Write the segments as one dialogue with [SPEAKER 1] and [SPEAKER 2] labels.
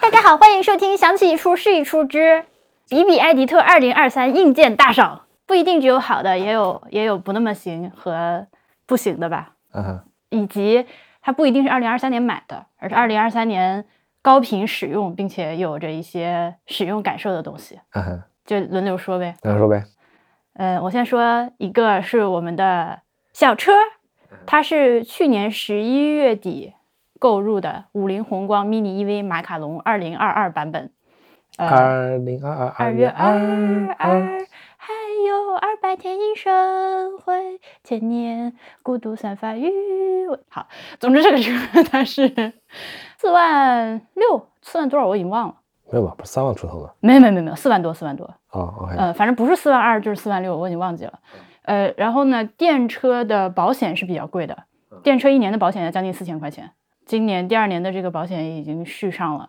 [SPEAKER 1] 大家好，欢迎收听《想起一出是一出之比比埃迪特二零二三硬件大赏》，不一定只有好的，也有也有不那么行和不行的吧，
[SPEAKER 2] 嗯哼，
[SPEAKER 1] 以及它不一定是二零二三年买的，而是二零二三年高频使用，并且有着一些使用感受的东西，
[SPEAKER 2] 嗯哼，
[SPEAKER 1] 就轮流说呗。
[SPEAKER 2] 那说呗，
[SPEAKER 1] 嗯，我先说一个是我们的小车，它是去年十一月底购入的五菱宏光 mini EV 马卡龙二零二二版本，呃，
[SPEAKER 2] 二零二二
[SPEAKER 1] 二月二二。还有二百天应生会，千年孤独散发余味。好，总之这个车 它是四万六，四万多少我已经忘了，
[SPEAKER 2] 没有吧？不是三万出头吗？
[SPEAKER 1] 没有没有没有没有，四万多四万多，
[SPEAKER 2] 哦，OK，
[SPEAKER 1] 呃，反正不是四万二就是四万六，我已经忘记了。呃，然后呢，电车的保险是比较贵的，电车一年的保险要将近四千块钱。今年第二年的这个保险已经续上了，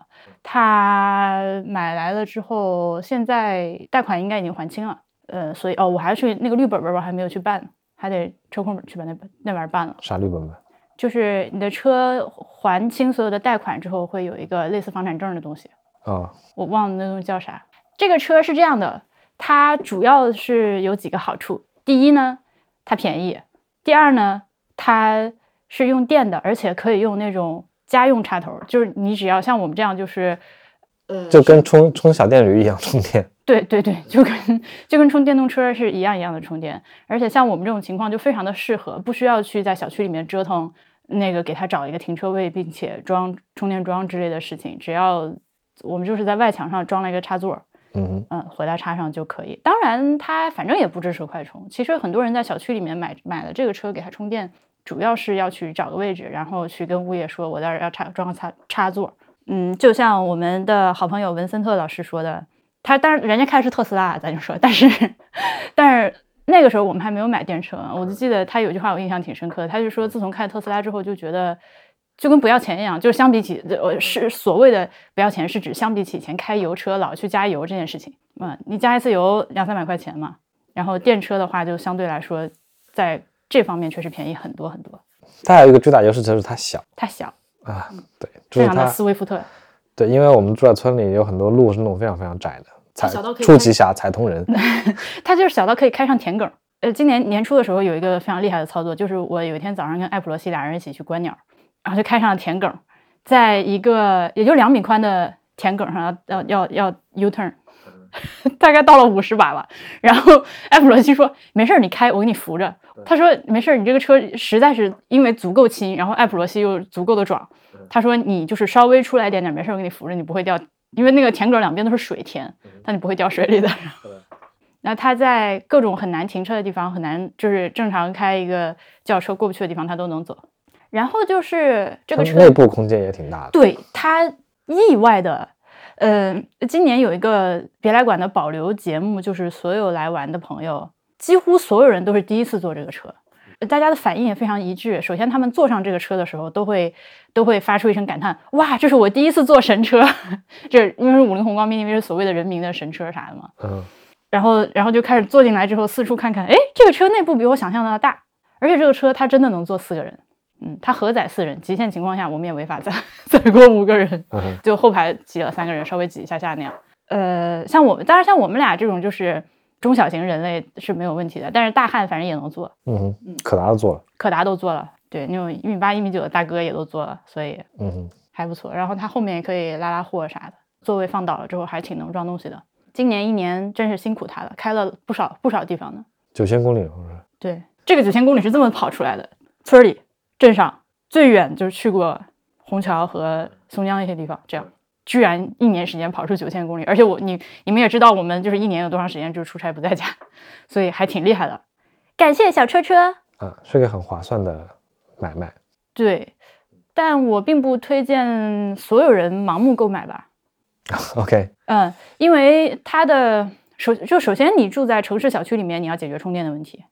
[SPEAKER 1] 他买来了之后，现在贷款应该已经还清了。呃，所以哦，我还去那个绿本本儿我还没有去办呢，还得抽空去把那那玩意儿办了。
[SPEAKER 2] 啥绿本本？
[SPEAKER 1] 就是你的车还清所有的贷款之后，会有一个类似房产证的东西，
[SPEAKER 2] 哦，
[SPEAKER 1] 我忘了那东西叫啥。这个车是这样的，它主要是有几个好处。第一呢，它便宜；第二呢，它是用电的，而且可以用那种家用插头，就是你只要像我们这样，就是呃，
[SPEAKER 2] 就跟充充小电驴一样充电。
[SPEAKER 1] 对对对，就跟就跟充电动车是一样一样的充电，而且像我们这种情况就非常的适合，不需要去在小区里面折腾那个给他找一个停车位，并且装充电桩之类的事情，只要我们就是在外墙上装了一个插座，
[SPEAKER 2] 嗯哼，
[SPEAKER 1] 嗯，回来插上就可以。当然，它反正也不支持快充。其实很多人在小区里面买买了这个车给它充电，主要是要去找个位置，然后去跟物业说，我在这儿要插装个插插座。嗯，就像我们的好朋友文森特老师说的，他当然人家开的是特斯拉，啊咱就说，但是 但是那个时候我们还没有买电车，我就
[SPEAKER 2] 嗯
[SPEAKER 1] 记得他有句话我印象挺深刻的，他就说自从开特斯拉之后就觉得。就跟不要钱一样，就是相比起，呃，是所谓的不要钱，是指相比起以前开油车老去加油这件事情，嗯，你加一次油两三百块钱嘛，然后电车的话就相对来说，在这方面确实便宜很多很多，
[SPEAKER 2] 它还有一个最大优势就是它小
[SPEAKER 1] 它小，
[SPEAKER 2] 啊，对，
[SPEAKER 1] 非
[SPEAKER 2] 就是
[SPEAKER 1] 常的
[SPEAKER 2] 它
[SPEAKER 1] 斯威夫特，
[SPEAKER 2] 对，因为我们住在村里，有很多路是那种非常非常窄的，才
[SPEAKER 1] 小到可以
[SPEAKER 2] 触
[SPEAKER 1] 开
[SPEAKER 2] 及狭，才通人。
[SPEAKER 1] 它就是小到可以开上田埂。呃，今年年初的时候有一个非常厉害的操作，就是我有一天早上跟艾普罗西俩人一起去观鸟，然后就开上了田埂，在一个也就两米宽的田埂上要要要要 U turn，大概到了五十把吧。然后艾普罗西说：“没事儿，你开，我给你扶着。”他说：“没事儿，你这个车实在是因为足够轻，然后艾普罗西又足够的壮。”他说：“你就是稍微出来一点点，没事儿，我给你扶着，你不会掉，因为那个田埂两边都是水田，但你不会掉水里的。”那它在各种很难停车的地方，很难就是正常开一个轿车过不去的地方，它都能走。然后就是 这
[SPEAKER 2] 它
[SPEAKER 1] 个车
[SPEAKER 2] 内部空间也挺大的。
[SPEAKER 1] 对它意外的，呃，今年有一个别来馆的保留节目，就是所有来玩的朋友，几乎所有人都是第一次坐这个车，呃大家的反应也非常一致。首先，他们坐上这个车的时候，都会都会发出一声感叹：“哇，这是我第一次坐神车！” 这因为是五菱宏光 mini，因为是所谓的人民的神车啥的嘛。
[SPEAKER 2] 嗯，
[SPEAKER 1] 然后然后就开始坐进来之后四处看看，哎，这个车内部比我想象的要大，而且这个车它真的能坐四个人，嗯，它核载四人，极限情况下我们也没法载 载过五个人，
[SPEAKER 2] 嗯哼，
[SPEAKER 1] 就后排挤了三个人，稍微挤一下下那样。呃，像我们，当然像我们俩这种就是中小型人类是没有问题的，但是大汉反正也能坐，
[SPEAKER 2] 嗯哼，可达的做了。
[SPEAKER 1] 可达都坐了，对，那种一米八、一米九的大哥也都坐了，所以
[SPEAKER 2] 嗯哼，
[SPEAKER 1] 还不错。然后它后面也可以拉拉货啥的，座位放倒了之后还挺能装东西的。今年一年真是辛苦他了，开了不少不少地方呢。
[SPEAKER 2] 九千公里，我说
[SPEAKER 1] 对，这个九千公里是这么跑出来的：村儿里、镇上，最远就是去过虹桥和松江那些地方，这样居然一年时间跑出九千公里。而且我你你们也知道，我们就是一年有多长时间就是出差不在家， 所以还挺厉害的。感谢小车车。
[SPEAKER 2] 啊，是个很划算的买卖。
[SPEAKER 1] 对，但我并不推荐所有人盲目购买吧。
[SPEAKER 2] OK，
[SPEAKER 1] 嗯，因为它的首就首先你住在城市小区里面，你要解决充电的问题，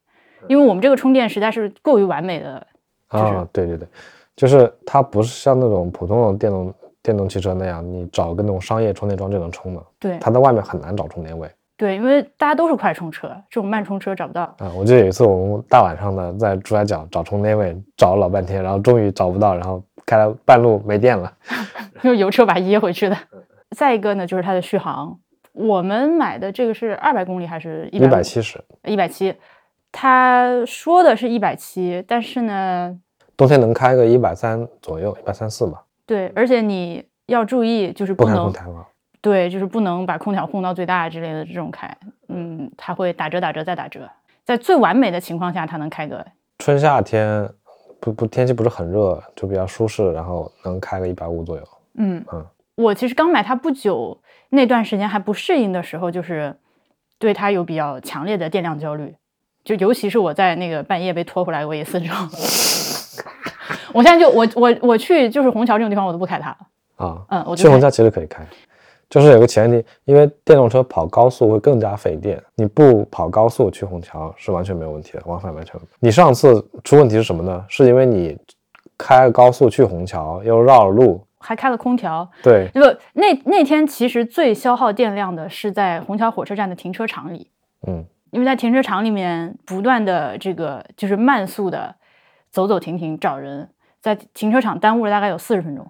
[SPEAKER 1] 因为我们这个充电实在是过于完美的就是
[SPEAKER 2] 啊，对对对，就是它不是像那种普通的电动电动汽车那样，你找个那种商业充电桩就能充的，
[SPEAKER 1] 对
[SPEAKER 2] 它在外面很难找充电位
[SPEAKER 1] 对，因为大家都是快充车，这种慢充车找不到。
[SPEAKER 2] 啊。我记得有一次我们大晚上的在朱家角找充电位，找了老半天，然后终于找不到，然后开了半路没电了，
[SPEAKER 1] 用油车把它噎回去的。 再一个呢，就是它的续航。我们买的这个是二百公里还是一
[SPEAKER 2] 一百七十，
[SPEAKER 1] 一百七，他说的是一百七，但是呢，
[SPEAKER 2] 冬天能开个一百三左右，一百三四吧，
[SPEAKER 1] 对，而且你要注意，就是
[SPEAKER 2] 不
[SPEAKER 1] 不
[SPEAKER 2] 开
[SPEAKER 1] 能
[SPEAKER 2] 空调了。
[SPEAKER 1] 对，就是不能把空调控到最大之类的这种开，嗯，它会打折打折再打折，在最完美的情况下，它能开个
[SPEAKER 2] 春夏天不不天气不是很热，就比较舒适，然后能开个一百五左右。
[SPEAKER 1] 嗯
[SPEAKER 2] 嗯，
[SPEAKER 1] 我其实刚买它不久那段时间还不适应的时候，就是对它有比较强烈的电量焦虑，就尤其是我在那个半夜被拖回来过一次之后， 我现在就我我我去就是虹桥这种地方我都不开它了，
[SPEAKER 2] 啊，
[SPEAKER 1] 嗯，我就
[SPEAKER 2] 去
[SPEAKER 1] 开
[SPEAKER 2] 红桥其实可以开，就是有个前提，因为电动车跑高速会更加费电，你不跑高速去虹桥是完全没有问题的，往返完全。你上次出问题是什么呢？是因为你开高速去虹桥又绕了路，
[SPEAKER 1] 还开了空调，
[SPEAKER 2] 对，
[SPEAKER 1] 不，那那天其实最消耗电量的是在虹桥火车站的停车场里，
[SPEAKER 2] 嗯，
[SPEAKER 1] 因为在停车场里面不断的这个就是慢速的走走停停找人，在停车场耽误了大概有四十分钟，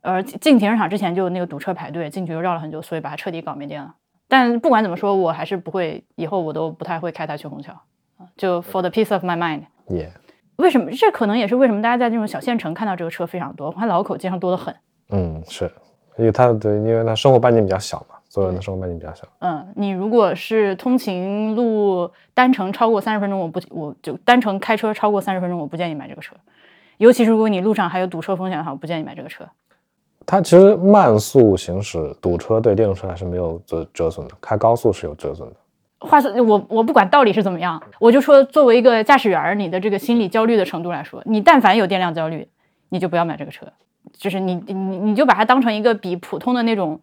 [SPEAKER 1] 而进停车场之前就那个堵车排队，进去又绕了很久，所以把它彻底搞没电了。但不管怎么说，我还是不会，以后我都不太会开它去虹桥，啊就 for the peace of my mind。
[SPEAKER 2] 也，
[SPEAKER 1] 为什么？这可能也是为什么大家在这种小县城看到这个车非常多，我看老口街上多得很。
[SPEAKER 2] 嗯，是，因为它对，因为它生活半径比较小嘛，所有人的生活半径比较小，
[SPEAKER 1] 嗯，你如果是通勤路单程超过三十分钟，我不我就单程开车超过三十分钟，我不建议买这个车。尤其是如果你路上还有堵车风险的话，我不建议买这个车。
[SPEAKER 2] 它其实慢速行驶堵车对电动车还是没有折折损的，开高速是有折损的。
[SPEAKER 1] 话说，我我不管道理是怎么样，我就说作为一个驾驶员儿，你的这个心理焦虑的程度来说，你但凡有电量焦虑，你就不要买这个车。就是你你你你就把它当成一个比普通的那种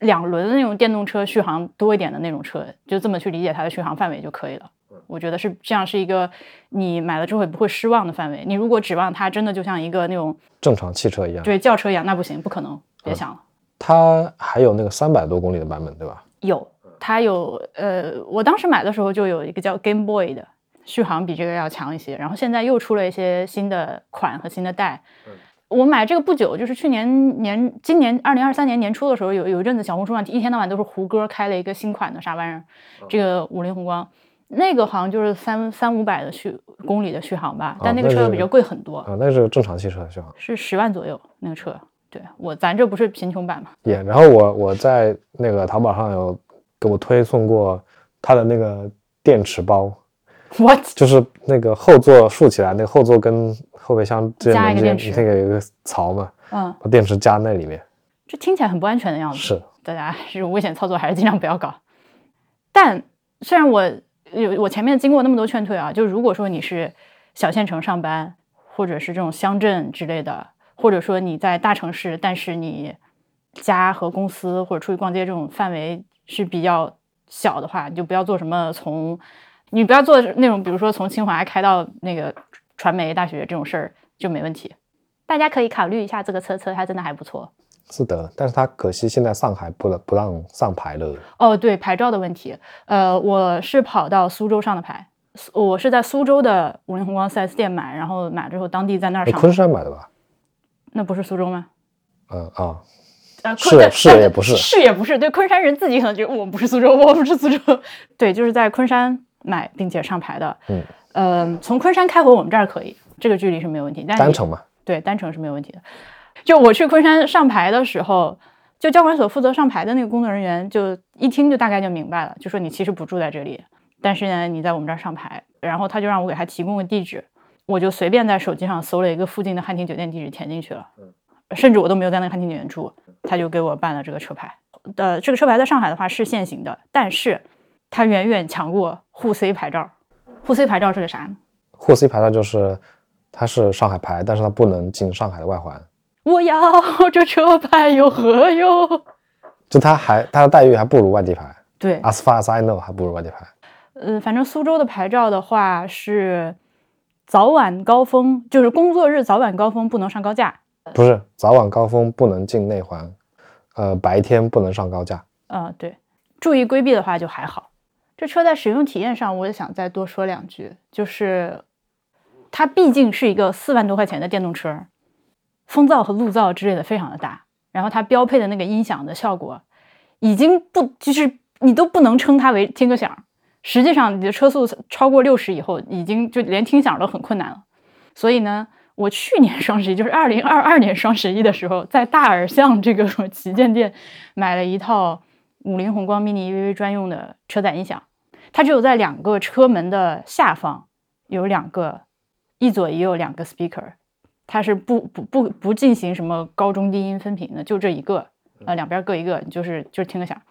[SPEAKER 1] 两轮的那种电动车续航多一点的那种车，就这么去理解它的续航范围就可以了。我觉得是这样，是一个你买了之后也不会失望的范围。你如果指望它真的就像一个那种
[SPEAKER 2] 正常汽车一样，
[SPEAKER 1] 对轿车一样，那不行，不可能，别
[SPEAKER 2] 嗯
[SPEAKER 1] 想了。
[SPEAKER 2] 它还有那个三百多公里的版本，对吧？
[SPEAKER 1] 有，它有呃，我当时买的时候就有一个叫 Game Boy 的，续航比这个要强一些。然后现在又出了一些新的款和新的代。我买这个不久，就是去年年今年二零二三年年初的时候，有有一阵子小红书上一天到晚都是胡歌开了一个新款的啥玩意儿，这个五菱宏光，那个好像就是三三五百的续公里的续航吧，但
[SPEAKER 2] 哦
[SPEAKER 1] 啊那个嗯
[SPEAKER 2] 那
[SPEAKER 1] 车
[SPEAKER 2] 是
[SPEAKER 1] 比较贵很多，
[SPEAKER 2] 啊，那是正常汽车的续航
[SPEAKER 1] 是十万左右那个车。对我咱这不是贫穷 版嘛，
[SPEAKER 2] 也。然后我我在那个淘宝上有给我推送过它的那个电池包，
[SPEAKER 1] 我
[SPEAKER 2] 就是那个后座竖起来，那个后座跟后备箱之
[SPEAKER 1] 加一个
[SPEAKER 2] 间中
[SPEAKER 1] 电
[SPEAKER 2] 间
[SPEAKER 1] 池
[SPEAKER 2] 那个有一个槽嘛，
[SPEAKER 1] 嗯，
[SPEAKER 2] 把电池加那里面。
[SPEAKER 1] 这听起来很不安全的样子。
[SPEAKER 2] 是，
[SPEAKER 1] 大家这种危险操作还是尽量不要搞。但虽然我有我前面经过那么多劝退啊，就如果说你是小县城上班，或者是这种乡镇之类的，或者说你在大城市，但是你家和公司或者出去逛街这种范围是比较小的话，你就不要做什么从你不要做那种，比如说从清华开到那个传媒大学这种事儿就没问题。大家可以考虑一下这个车车，它真的还不错。
[SPEAKER 2] 是的，但是它可惜现在上海不能不让上牌了。
[SPEAKER 1] 哦，对，牌照的问题。呃，我是跑到苏州上的牌，苏我是在苏州的五菱宏光 4S 店买，然后买了之后当地在那儿
[SPEAKER 2] 你
[SPEAKER 1] 上
[SPEAKER 2] 哎昆。山买的吧？
[SPEAKER 1] 那不是苏州吗？
[SPEAKER 2] 嗯啊，
[SPEAKER 1] 呃，
[SPEAKER 2] 是
[SPEAKER 1] 昆但
[SPEAKER 2] 是
[SPEAKER 1] 但
[SPEAKER 2] 也不是
[SPEAKER 1] 是也不是。对，昆山人自己可能觉得我不是苏州，我不是苏州。对，就是在昆山买并且上牌的。
[SPEAKER 2] 嗯，
[SPEAKER 1] 呃，从昆山开回我们这儿可以，这个距离是没有问题。但是
[SPEAKER 2] 单
[SPEAKER 1] 你
[SPEAKER 2] 程嘛，
[SPEAKER 1] 对，单程是没有问题的。就我去昆山上牌的时候，就交管所负责上牌的那个工作人员，就一听就大概就明白了，就说你其实不住在这里，但是呢你在我们这儿上牌，然后他就让我给他提供个地址，我就随便在手机上搜了一个附近的汉庭酒店地址填进去了，甚至我都没有在那个汉庭酒店住，他就给我办了这个车牌。呃，这个车牌在上海的话是限行的，但是它远远强过沪 C 牌照。沪 C 牌照是个啥呢？
[SPEAKER 2] 沪 C 牌照就是它是上海牌，但是它不能进上海的外环，
[SPEAKER 1] 我要 这车牌有何用？
[SPEAKER 2] 就它还它的待遇还不如外地牌
[SPEAKER 1] 对，
[SPEAKER 2] ，as far as I know 还不如外地牌。
[SPEAKER 1] 呃，反正苏州的牌照的话是早晚高峰，就是工作日早晚高峰不能上高架。
[SPEAKER 2] 不是早晚高峰不能进内环，呃，白天不能上高架。
[SPEAKER 1] 呃，对，注意规避的话就还好。这车在使用体验上，我也想再多说两句，就是它毕竟是一个四万多块钱的电动车，风噪和路噪之类的非常的大，然后它标配的那个音响的效果，已经不就是你都不能称它为听个响儿。实际上，你的车速超过六十以后，已经就连听响都很困难了。所以呢，我去年双十一，就是二零二二年双十一的时候，在大耳巷这个旗舰店买了一套五菱宏光 mini EV 专用的车载音响，它只有在两个车门的下方有两个，一左一右两个 speaker，它是不不不不进行什么高中低音分屏的，就这一个，呃，两边各一个，你就是就是听个响。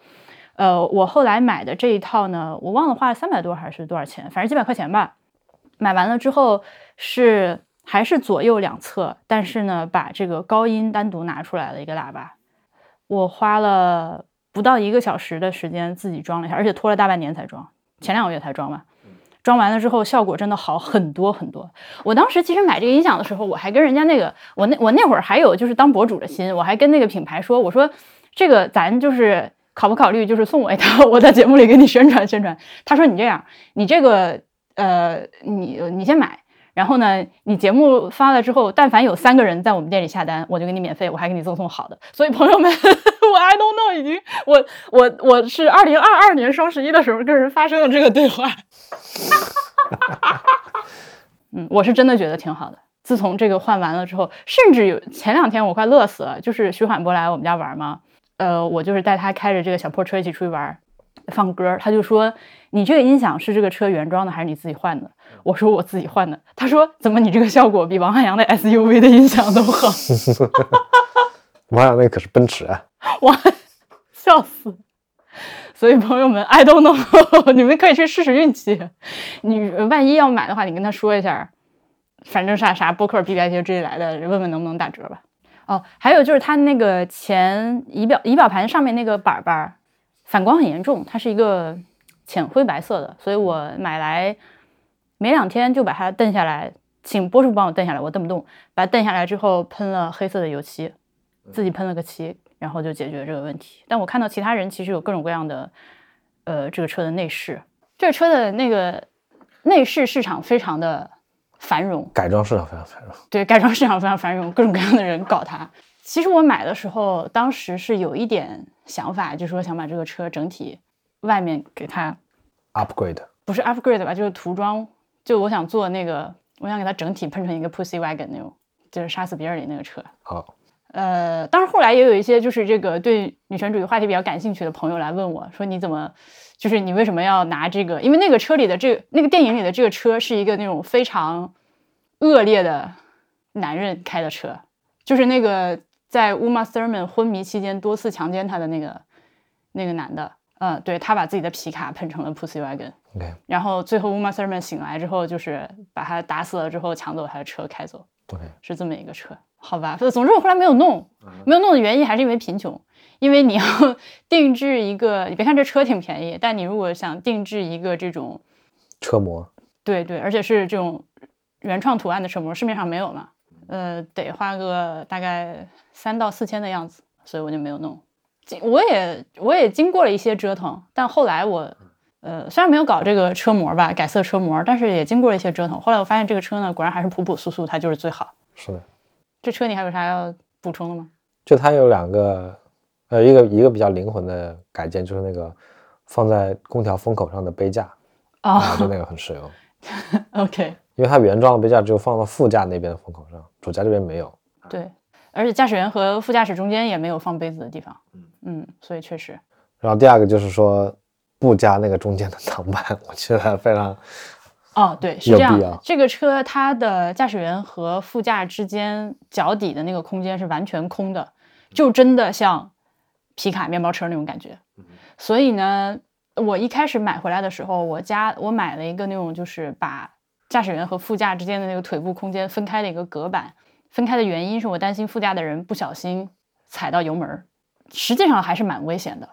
[SPEAKER 1] 呃，我后来买的这一套呢，我忘了花了三百多还是多少钱，反正几百块钱吧。买完了之后是还是左右两侧，但是呢，把这个高音单独拿出来了一个喇叭。我花了不到一个小时的时间自己装了一下，而且拖了大半年才装，前两个月才装吧。装完了之后效果真的好很多很多。我当时其实买这个音响的时候，我还跟人家那个我那我那会儿还有就是当博主的心，我还跟那个品牌说，我说这个咱就是。考不考虑就是送我一套，我在节目里给你宣传宣传。他说你这样，你这个呃，你你先买，然后呢，你节目发了之后，但凡有三个人在我们店里下单，我就给你免费，我还给你赠送好的。所以朋友们， 我 I don't know 已经，我我我是二零二二年双十一的时候跟人发生了这个对话， 嗯，我是真的觉得挺好的。自从这个换完了之后，甚至有前两天我快乐死了，就是徐缓波来我们家玩嘛。呃，我就是带他开着这个小破车一起出去玩，放歌。他就说：“你这个音响是这个车原装的还是你自己换的？”我说：“我自己换的。”他说：“怎么你这个效果比王汉阳的 SUV 的音响都好？”
[SPEAKER 2] 王汉阳那可是奔驰啊！
[SPEAKER 1] 哇，笑死！所以朋友们，I don't know，你们 可以去试试运气。你万一要买的话，你跟他说一下，反正啥啥播客 B B I T 这里来的，问问能不能打折吧。哦，还有就是它那个前仪表仪表盘上面那个板板反光很严重，它是一个浅灰白色的，所以我买来没两天就把它蹬下来，请波叔帮我蹬下来，我蹬不动，把它蹬下来之后喷了黑色的油漆，自己喷了个漆，然后就解决这个问题。但我看到其他人其实有各种各样的，呃，这个车的内饰，这个车的那个内饰市场非常的。繁荣，
[SPEAKER 2] 改装市场非常繁荣。
[SPEAKER 1] 对，改装市场非常繁荣，各种各样的人搞它。其实我买的时候，当时是有一点想法，就是说想把这个车整体外面给它
[SPEAKER 2] upgrade，
[SPEAKER 1] 不是 upgrade 吧，就是涂装。就我想做那个，我想给它整体喷成一个 pussy wagon 那种，就是杀死比尔里那个车。
[SPEAKER 2] 好，
[SPEAKER 1] 呃，当然后来也有一些就是这个对女权主义话题比较感兴趣的朋友来问我说，你怎么？就是你为什么要拿这个？因为那个车里的这个、那个电影里的这个车是一个那种非常恶劣的男人开的车，就是那个在 Uma Thurman 昏迷期间多次强奸她的那个那个男的，嗯，对他把自己的皮卡喷成了 pussy wagon，
[SPEAKER 2] ，OK
[SPEAKER 1] 然后最后 Uma Thurman 醒来之后，就是把他打死了之后抢走他的车开走，
[SPEAKER 2] OK，
[SPEAKER 1] 是这么一个车，好吧？总之我后来没有弄，没有弄的原因还是因为贫穷，因为你要 定制一个，你别看这车挺便宜，但你如果想定制一个这种，
[SPEAKER 2] 车模
[SPEAKER 1] 对对，而且是这种原创图案的车模，市面上没有嘛，呃，得花个大概三到四千的样子，所以我就没有弄。经我也我也经过了一些折腾，但后来我。呃，虽然没有搞这个车模吧，改色车模，但是也经过了一些折腾。后来我发现这个车呢，果然还是朴朴素素，它就是最好。
[SPEAKER 2] 是的，
[SPEAKER 1] 这车你还有啥要补充的吗？
[SPEAKER 2] 就它有两个，呃，一个一个比较灵魂的改建，就是那个放在空调风口上的杯架，啊，就那个很实用，
[SPEAKER 1] o k
[SPEAKER 2] 因为它原装的杯架只有放到副驾那边的风口上，主驾这边没有。
[SPEAKER 1] 对，而且驾驶员和副驾驶中间也没有放杯子的地方，嗯，所以确实，
[SPEAKER 2] 然后第二个就是说不加那个中间的挡板，我觉得非常
[SPEAKER 1] 哦，对，是
[SPEAKER 2] 有
[SPEAKER 1] 这样
[SPEAKER 2] 必
[SPEAKER 1] 的
[SPEAKER 2] 要。
[SPEAKER 1] 这个车它的驾驶员和副驾之间脚底的那个空间是完全空的，就真的像皮卡面包车那种感觉。
[SPEAKER 2] 嗯
[SPEAKER 1] 所以呢，我一开始买回来的时候，我家我买了一个那种就是把驾驶员和副驾之间的那个腿部空间分开的一个隔板。分开的原因是我担心副驾的人不小心踩到油门儿，实际上还是蛮危险的。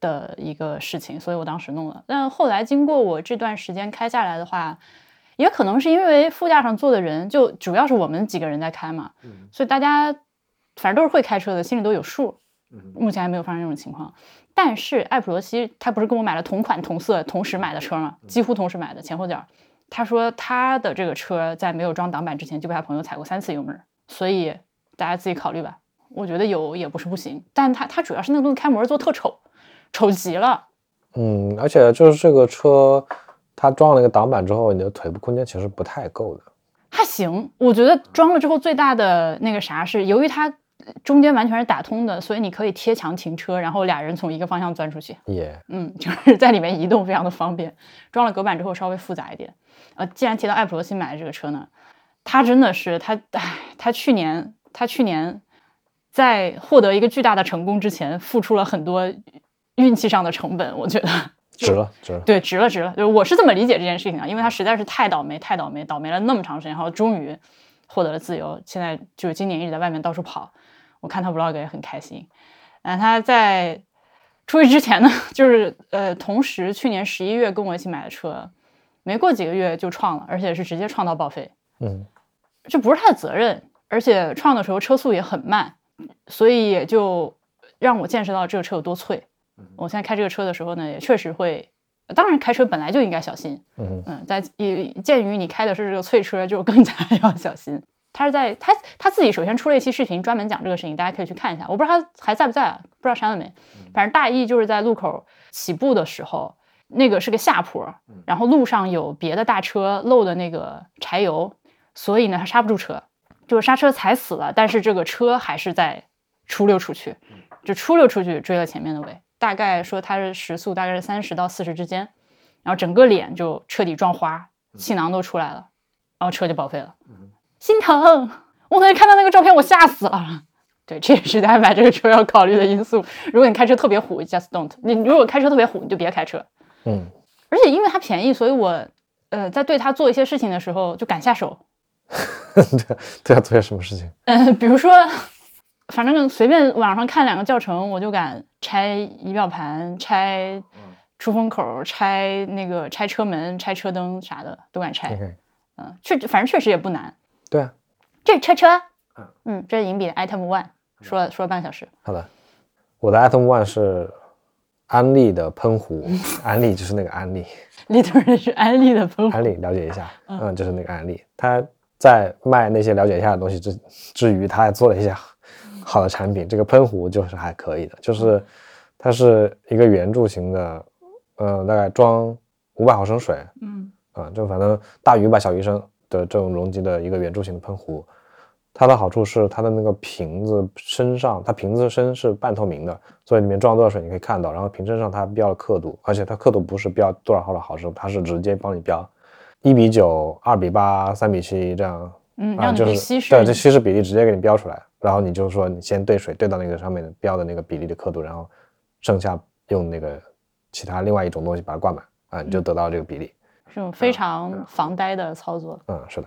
[SPEAKER 1] 的一个事情，所以我当时弄了。但后来经过我这段时间开下来的话，也可能是因为副驾上坐的人就主要是我们几个人在开嘛，所以大家反正都是会开车的，心里都有数。目前还没有发生这种情况。但是艾普罗西他不是跟我买了同款同色同时买的车吗？几乎同时买的前后脚。他说他的这个车在没有装挡板之前就被他朋友踩过三次油门，所以大家自己考虑吧。我觉得有也不是不行，但它它主要是那个东西开模做特丑，丑极了。
[SPEAKER 2] 嗯，而且就是这个车，它装了那个挡板之后，你的腿部空间其实不太够的。
[SPEAKER 1] 还行，我觉得装了之后最大的那个啥是，由于它中间完全是打通的，所以你可以贴墙停车，然后俩人从一个方向钻出去。
[SPEAKER 2] 也、
[SPEAKER 1] 嗯， 就是在里面移动非常的方便。装了隔板之后稍微复杂一点。呃，既然提到爱普罗新买的这个车呢，它真的是它，唉，它去年它去年在获得一个巨大的成功之前，付出了很多运气上的成本，我觉得。
[SPEAKER 2] 值了，值了。
[SPEAKER 1] 对，值了，值了。就是我是这么理解这件事情的，因为他实在是太倒霉，太倒霉，倒霉了那么长时间，然后终于获得了自由。现在就是今年一直在外面到处跑，我看他 vlog 也很开心。嗯，他在出去之前呢， 就是呃，同时去年十一月跟我一起买的车，没过几个月就创了，而且是直接创到报废。
[SPEAKER 2] 嗯，
[SPEAKER 1] 这不是他的责任，而且创的时候车速也很慢，所以也就让我见识到这个车有多脆。我现在开这个车的时候呢，也确实会，当然开车本来就应该小心，
[SPEAKER 2] 嗯
[SPEAKER 1] 嗯，但也鉴于你开的是这个脆车，就更 加要小心。他是在他他自己首先出了一期视频，专门讲这个事情，大家可以去看一下。我不知道他还在不在啊，不知道删了没。反正大意就是在路口起步的时候，那个是个下坡，然后路上有别的大车漏的那个柴油，所以呢他刹不住车，就是刹车踩死了，但是这个车还是在出溜出去，就出溜出去追了前面的尾。大概说它是时速大概是三十到四十之间，然后整个脸就彻底撞花，气囊都出来了，然后车就报废了，心疼。我当时看到那个照片，我吓死了。对，这也是大家买这个车要考虑的因素。如果你开车特别虎，just don't。你如果开车特别虎，你就别开车。
[SPEAKER 2] 嗯，
[SPEAKER 1] 而且因为它便宜，所以我呃在对它做一些事情的时候就敢下手。
[SPEAKER 2] 对，对要做些什么事情？
[SPEAKER 1] 呃，比如说，反正随便网上看两个教程，我就敢拆仪表盘、拆出风口、拆那个拆车门、拆车灯啥的都敢拆
[SPEAKER 2] 你。看，
[SPEAKER 1] 嗯，确反正确实也不难。
[SPEAKER 2] 对啊，
[SPEAKER 1] 这车车
[SPEAKER 2] 嗯，
[SPEAKER 1] 嗯，这是银笔的 item one，说了说了半个小时。
[SPEAKER 2] 好的。我的 item one 是安利的喷壶，安利就是那个安利，
[SPEAKER 1] literally 是安利的喷
[SPEAKER 2] 安利了解一下，嗯，就是那个安利，他在卖那些了解一下的东西之之余，他还做了一些好的产品，这个喷壶就是还可以的，就是它是一个圆柱形的，嗯、大概装五百毫升水，
[SPEAKER 1] 嗯
[SPEAKER 2] 啊，就反正大于吧小于升的这种容积的一个圆柱形的喷壶，它的好处是它的那个瓶子身上，它瓶子身是半透明的，所以里面装多少水你可以看到，然后瓶身上它标了刻度，而且它刻度不是标多少毫的毫升，它是直接帮你标一比九、二比八、三比七这样，
[SPEAKER 1] 嗯，
[SPEAKER 2] 啊，
[SPEAKER 1] 让你
[SPEAKER 2] 就
[SPEAKER 1] 去
[SPEAKER 2] 是
[SPEAKER 1] 稀释
[SPEAKER 2] 对这稀释比例直接给你标出来，然后你就说你先兑水兑到那个上面的标的那个比例的刻度，然后剩下用那个其他另外一种东西把它灌满啊，
[SPEAKER 1] 嗯
[SPEAKER 2] 你就得到这个比例。
[SPEAKER 1] 这种非常防呆的操作。
[SPEAKER 2] 嗯，是的。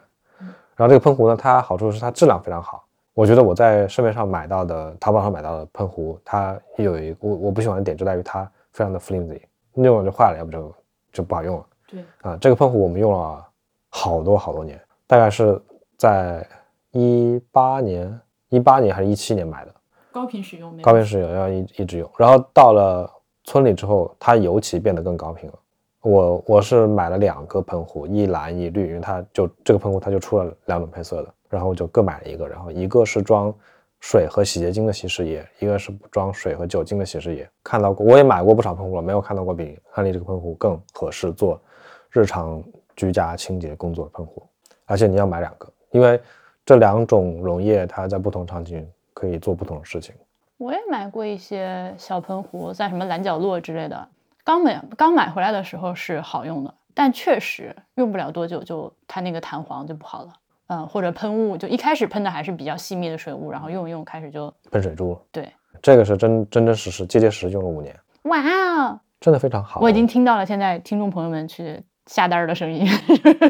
[SPEAKER 2] 然后这个喷壶呢，它好处是它质量非常好。我觉得我在市面上买到的，淘宝上买到的喷壶，它有一个我我不喜欢的点就在于它非常的 flimsy，用了就坏了，要不就就不好用了。
[SPEAKER 1] 对
[SPEAKER 2] 啊，这个喷壶我们用了好多好多年，大概是在一八年、一八年还是一七年买的，
[SPEAKER 1] 高频使用没
[SPEAKER 2] 高频是有要一一直用，然后到了村里之后，它尤其变得更高频了。我我是买了两个喷壶，一蓝一绿，因为它就这个喷壶它就出了两种配色的，然后我就各买了一个，然后一个是装水和洗洁精的稀释液，一个是装水和酒精的稀释液。看到过，我也买过不少喷壶了，没有看到过比汉丽这个喷壶更合适做日常居家清洁工作的喷壶，而且你要买两个，因为这两种溶液它在不同场景可以做不同的事情。
[SPEAKER 1] 我也买过一些小喷壶，在什么蓝角落之类的。刚买刚买回来的时候是好用的，但确实用不了多久就它那个弹簧就不好了，嗯，或者喷雾就一开始喷的还是比较细密的水雾，然后用一用开始就
[SPEAKER 2] 喷水珠。
[SPEAKER 1] 对，
[SPEAKER 2] 这个是真真真实实、结结实实用了五年，
[SPEAKER 1] 哇哦，
[SPEAKER 2] 真的非常好。
[SPEAKER 1] 我已经听到了现在听众朋友们去下单儿的声音。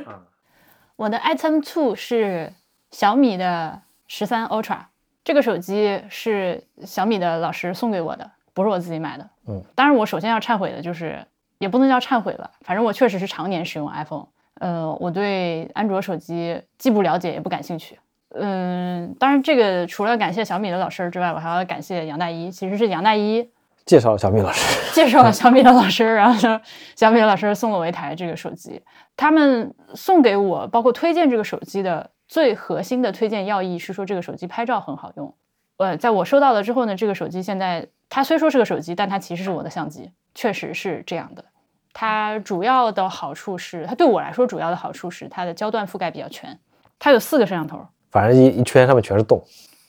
[SPEAKER 2] 嗯
[SPEAKER 1] 我的 item two 是小米的十三 Ultra，这个手机是小米的老师送给我的，不是我自己买的。
[SPEAKER 2] 嗯，
[SPEAKER 1] 当然我首先要忏悔的就是，也不能叫忏悔吧，反正我确实是常年使用 iPhone，呃，我对安卓手机既不了解也不感兴趣。嗯，当然，这个除了感谢小米的老师之外，我还要感谢杨大一。其实是杨大一
[SPEAKER 2] 介绍了小米老 师，
[SPEAKER 1] 介绍了小米的老师，然后就小米的老师送了我一台这个手机。他们送给我，包括推荐这个手机的最核心的推荐要义是说这个手机拍照很好用。呃，在我收到了之后呢，这个手机现在它虽说是个手机，但它其实是我的相机，确实是这样的。它主要的好处是，它对我来说主要的好处是它的焦段覆盖比较全，它有四个摄像头，
[SPEAKER 2] 反正一一圈上面全是洞，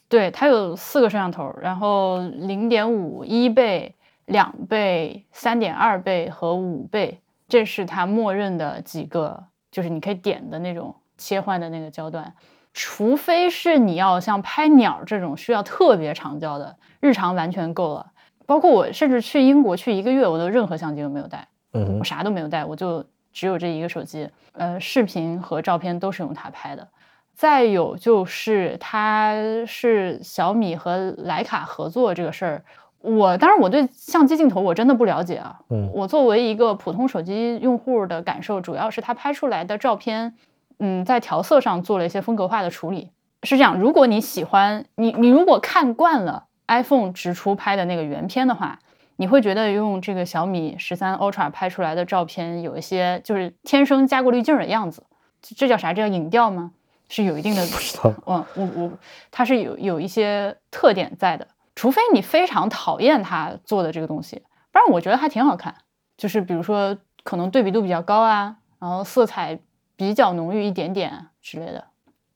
[SPEAKER 1] 对，它有四个摄像头，然后零点五、一倍、两倍、三点二倍和五倍，这是它默认的几个，就是你可以点的那种切换的那个焦段。除非是你要像拍鸟这种需要特别长焦的，日常完全够了。包括我甚至去英国去一个月，我都任何相机都没有带。
[SPEAKER 2] 嗯哼
[SPEAKER 1] 我，啥都没有带，我就只有这一个手机。呃，视频和照片都是用它拍的。再有就是，它是小米和徕卡合作这个事儿，我当然我对相机镜头我真的不了解啊。
[SPEAKER 2] 嗯
[SPEAKER 1] 我作为一个普通手机用户的感受，主要是它拍出来的照片，嗯，在调色上做了一些风格化的处理。是这样，如果你喜欢你你如果看惯了 iPhone 直出拍的那个原片的话，你会觉得用这个小米十三 Ultra 拍出来的照片有一些就是天生加过滤镜的样子，这这叫啥？这叫影调吗？是有一定的，
[SPEAKER 2] 不知道，
[SPEAKER 1] 嗯，我我它是有有一些特点在的，除非你非常讨厌它做的这个东西，不然我觉得还挺好看。就是比如说可能对比度比较高啊，然后色彩比较浓郁一点点啊之类的。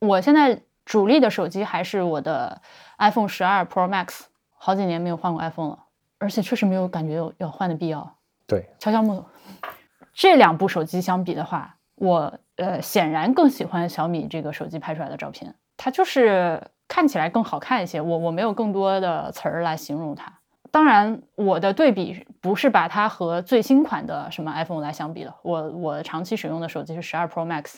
[SPEAKER 1] 我现在主力的手机还是我的 iPhone 十二 Pro Max，好几年没有换过 iPhone 了，而且确实没有感觉有要换的必要。
[SPEAKER 2] 对，
[SPEAKER 1] 敲敲木头，这两部手机相比的话，我呃显然更喜欢小米这个手机拍出来的照片，它就是看起来更好看一些。我我没有更多的词儿来形容它。当然，我的对比不是把它和最新款的什么 iPhone 来相比的。我我长期使用的手机是十二 Pro Max，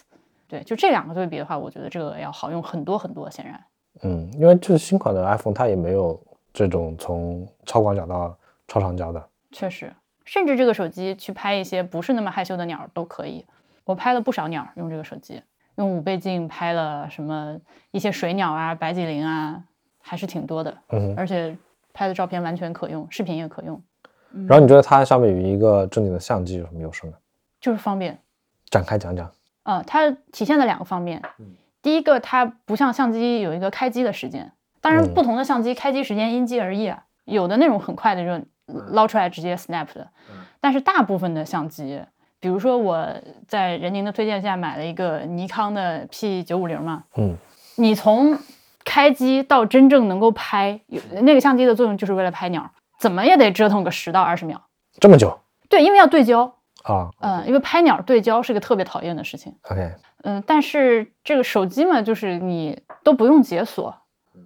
[SPEAKER 1] 对，就这两个对比的话，我觉得这个要好用很多很多。显然，
[SPEAKER 2] 嗯，因为就是新款的 iPhone 它也没有这种从超广角到超长焦的，
[SPEAKER 1] 确实，甚至这个手机去拍一些不是那么害羞的鸟儿都可以。我拍了不少鸟儿，用这个手机，用五倍镜拍了什么一些水鸟啊、白脊灵啊，还是挺多的。
[SPEAKER 2] 嗯哼。
[SPEAKER 1] 而且拍的照片完全可用，视频也可用，
[SPEAKER 2] 然后你觉得它相比于一个正经的相机有什么优势呢？
[SPEAKER 1] 就是方便。
[SPEAKER 2] 展开讲讲。
[SPEAKER 1] 呃，它体现了两个方面。
[SPEAKER 2] 嗯
[SPEAKER 1] 第一个，它不像相机有一个开机的时间，当然
[SPEAKER 2] 嗯
[SPEAKER 1] 不同的相机开机时间因机而异啊，有的那种很快的就
[SPEAKER 2] 嗯
[SPEAKER 1] 捞出来直接 snap 的，但是大部分的相机，比如说我在任宁的推荐下买了一个尼康的 P 九五零嘛，
[SPEAKER 2] 嗯，
[SPEAKER 1] 你从开机到真正能够拍，有那个相机的作用就是为了拍鸟，怎么也得折腾个十到二十秒，
[SPEAKER 2] 这么久
[SPEAKER 1] 对，因为要对焦，
[SPEAKER 2] 啊
[SPEAKER 1] 嗯、因为拍鸟对焦是个特别讨厌的事情。
[SPEAKER 2] ？OK，
[SPEAKER 1] 嗯，但是这个手机嘛，就是你都不用解锁，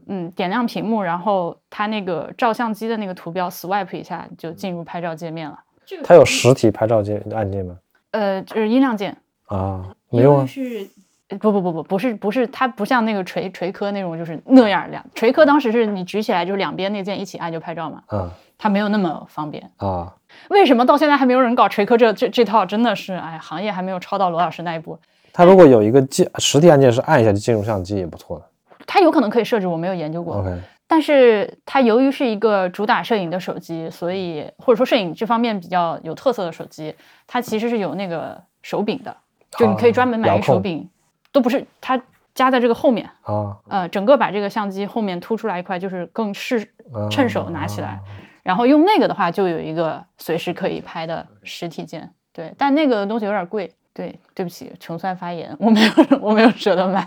[SPEAKER 1] 嗯，点亮屏幕，然后它那个照相机的那个图标 swipe 一下就进入拍照界面了。
[SPEAKER 2] 它有实体拍照键按键吗？
[SPEAKER 1] 呃，就是音量键，
[SPEAKER 2] 啊，没有啊。
[SPEAKER 3] 是
[SPEAKER 1] 呃不不不不，不是不是，它不像那个锤锤科那种，就是那样亮。锤
[SPEAKER 2] 嗯
[SPEAKER 1] 科当时是你举起来就是两边那键一起按就拍照嘛，
[SPEAKER 2] 啊
[SPEAKER 1] 它没有那么方便。
[SPEAKER 2] 啊，
[SPEAKER 1] 为什么到现在还没有人搞锤科这这这套？真的是，哎，行业还没有超到罗老师那一步。
[SPEAKER 2] 它如果有一个键，实体按键是按一下就进入相机也不错的。
[SPEAKER 1] 它有可能可以设置，我没有研究过。
[SPEAKER 2] OK，
[SPEAKER 1] 但是它由于是一个主打摄影的手机，
[SPEAKER 2] 嗯
[SPEAKER 1] 所以或者说摄影这方面比较有特色的手机，它其实是有那个手柄的，就你可以专门买一
[SPEAKER 2] 啊遥
[SPEAKER 1] 个手
[SPEAKER 2] 控
[SPEAKER 1] 柄，都不是它加在这个后面，
[SPEAKER 2] 啊，
[SPEAKER 1] 呃，整个把这个相机后面凸出来一块，就是更适
[SPEAKER 2] 啊
[SPEAKER 1] 趁手拿起来，然后用那个的话，就有一个随时可以拍的实体键，对，但那个东西有点贵。对，对不起，穷酸发言， 我没有，我没有舍得买，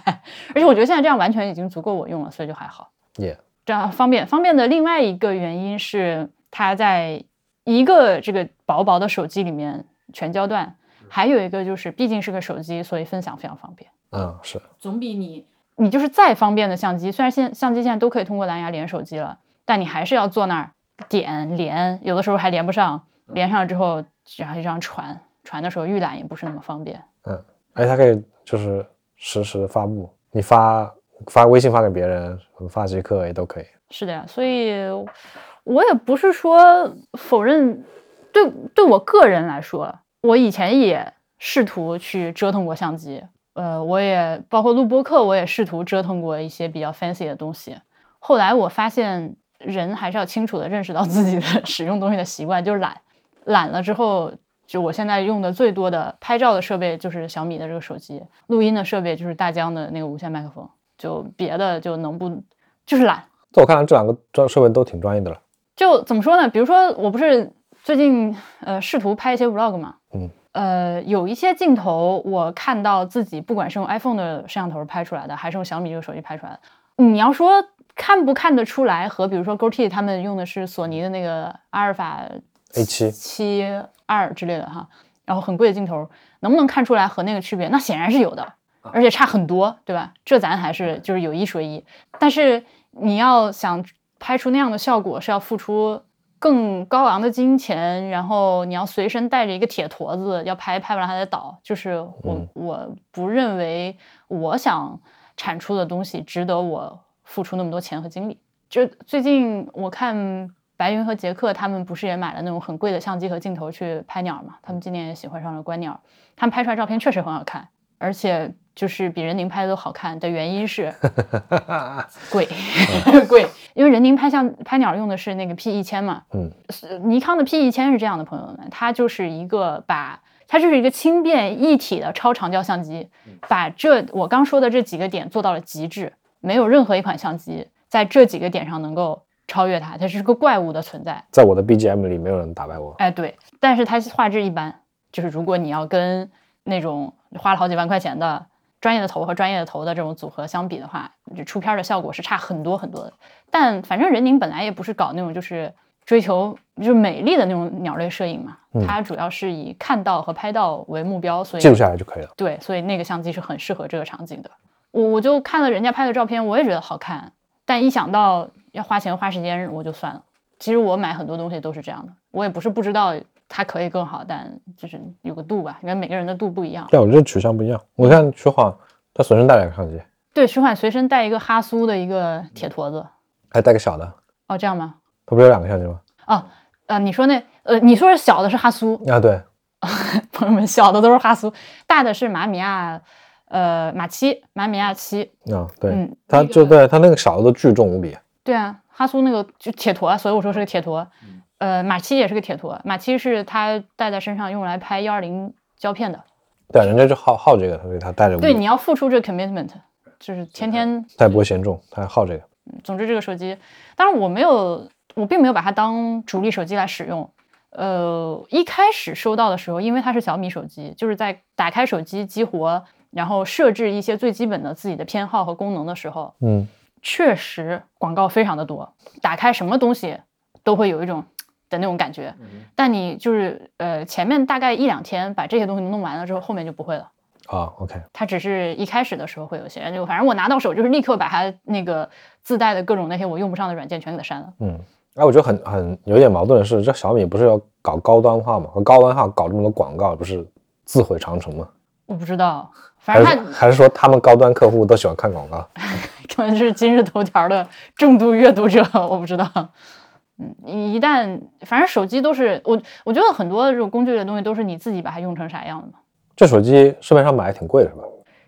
[SPEAKER 1] 而且我觉得现在这样完全已经足够我用了，所以就还好。
[SPEAKER 2] 也
[SPEAKER 1] 这样方便。方便的另外一个原因是，它在一个这个薄薄的手机里面全焦段，还有一个就是，毕竟是个手机，所以分享非常方便。
[SPEAKER 2] 嗯是
[SPEAKER 3] 总比你
[SPEAKER 1] 你就是再方便的相机，虽然现相机现在都可以通过蓝牙连手机了，但你还是要坐那儿点连，有的时候还连不上，连上之后然后就这样传，传的时候预览也不是那么方便。
[SPEAKER 2] 嗯，而且它可以就是实时发布，你发发微信发给别人，发极客也都可以。
[SPEAKER 1] 是的呀，所以我也不是说否认，对对我个人来说，我以前也试图去折腾过相机，呃，我也包括录播课，我也试图折腾过一些比较 fancy 的东西。后来我发现，人还是要清楚的认识到自己的 使用东西的习惯，就是懒。懒了之后，就我现在用的最多的拍照的设备就是小米的这个手机，录音的设备就是大疆的那个无线麦克风，就别的就能不就是懒，
[SPEAKER 2] 在我看来，这两个专设备都挺专业的了。
[SPEAKER 1] 就怎么说呢？比如说，我不是最近呃试图拍一些 vlog 嘛，
[SPEAKER 2] 嗯，
[SPEAKER 1] 呃，有一些镜头我看到自己不管是用 iPhone 的摄像头拍出来的，还是用小米这个手机拍出来的，嗯你要说看不看得出来，和比如说 GoT 他们用的是索尼的那个阿尔法
[SPEAKER 2] A7
[SPEAKER 1] 七二之类的哈，然后很贵的镜头，能不能看出来和那个区别？那显然是有的，而且差很多，对吧？这咱还是就是有一说一，但是你要想拍出那样的效果，是要付出更高昂的金钱，然后你要随身带着一个铁坨子，要拍拍完还得倒。就是我、
[SPEAKER 2] 嗯
[SPEAKER 1] 我不认为我想产出的东西值得我付出那么多钱和精力。就最近我看白云和杰克他们不是也买了那种很贵的相机和镜头去拍鸟嘛？他们今年也喜欢上了观鸟，他们拍出来照片确实很好看，而且就是比任宁拍的都好看的原因是贵 贵，因为任宁拍相拍鸟用的是那个 P 一千嘛，
[SPEAKER 2] 嗯
[SPEAKER 1] 是，尼康的 P 一千是这样的，朋友们，它就是一个把它就是一个轻便一体的超长焦相机，把这我刚说的这几个点做到了极致，没有任何一款相机在这几个点上能够超越它，它是个怪物的存在。
[SPEAKER 2] 在我的 BGM 里，没有人打败我。
[SPEAKER 1] 哎，对，但是它画质一般，就是如果你要跟那种花了好几万块钱的专业的头和专业的头的这种组合相比的话，这出片儿的效果是差很多很多的。但反正任宁本来也不是搞那种就是追求就是美丽的那种鸟类摄影嘛，
[SPEAKER 2] 嗯
[SPEAKER 1] 它主要是以看到和拍到为目标，所以
[SPEAKER 2] 记录下来就可以了。
[SPEAKER 1] 对，所以那个相机是很适合这个场景的。我我就看了人家拍的照片，我也觉得好看，但一想到要花钱花时间，我就算了。其实我买很多东西都是这样的，我也不是不知道它可以更好，但就是有个度吧，因为每个人的度不一样。
[SPEAKER 2] 对，我这取向不一样。我看徐晃，他随身带两个相机，
[SPEAKER 1] 对，徐缓随身带一个哈苏的一个铁坨子，
[SPEAKER 2] 还带个小的。
[SPEAKER 1] 哦，这样吗？
[SPEAKER 2] 他不是有两个相机吗？
[SPEAKER 1] 哦，呃，你说那呃，你说是小的是哈苏，
[SPEAKER 2] 啊，对，
[SPEAKER 1] 朋友们，小的都是哈苏，大的是马米亚，呃，马七，马米亚七，
[SPEAKER 2] 啊，对，
[SPEAKER 1] 嗯
[SPEAKER 2] 他
[SPEAKER 1] 那个
[SPEAKER 2] 就对他那个小的都巨重无比。
[SPEAKER 1] 对啊，哈苏那个就铁坨啊，所以我说是个铁坨。呃，马七也是个铁坨，马七是他带在身上用来拍幺二零胶片的。
[SPEAKER 2] 对，人家就好好这个，所以他带着无
[SPEAKER 1] 对，
[SPEAKER 2] 比，
[SPEAKER 1] 你要付出这个 commitment，就是天天。
[SPEAKER 2] 他也不会嫌重，他好这个。
[SPEAKER 1] 总之，这个手机，当然我没有，我并没有把它当主力手机来使用。呃，一开始收到的时候，因为它是小米手机，就是在打开手机激活，然后设置一些最基本的自己的偏好和功能的时候，
[SPEAKER 2] 嗯，
[SPEAKER 1] 确实广告非常的多，打开什么东西都会有一种的那种感觉。
[SPEAKER 2] 嗯
[SPEAKER 1] 但你就是呃前面大概一两天把这些东西弄完了之后，后面就不会了。
[SPEAKER 2] 啊，OK，
[SPEAKER 1] 它只是一开始的时候会有一些，就反正我拿到手就是立刻把它那个自带的各种那些我用不上的软件全给它删了。
[SPEAKER 2] 嗯，哎、我觉得很很有点矛盾的是，这小米不是要搞高端化嘛？和高端化搞这么多广告，不是自毁长城吗？
[SPEAKER 1] 我不知道，反
[SPEAKER 2] 还
[SPEAKER 1] 正
[SPEAKER 2] 是
[SPEAKER 1] 它
[SPEAKER 2] 还是说他们高端客户都喜欢看广告？
[SPEAKER 1] 可能是今日头条的重度阅读者，我不知道。嗯，一旦反正手机都是我，我觉得很多这种工具类的东西都是你自己把它用成啥样的嘛。
[SPEAKER 2] 这手机市面上买挺贵的是吧？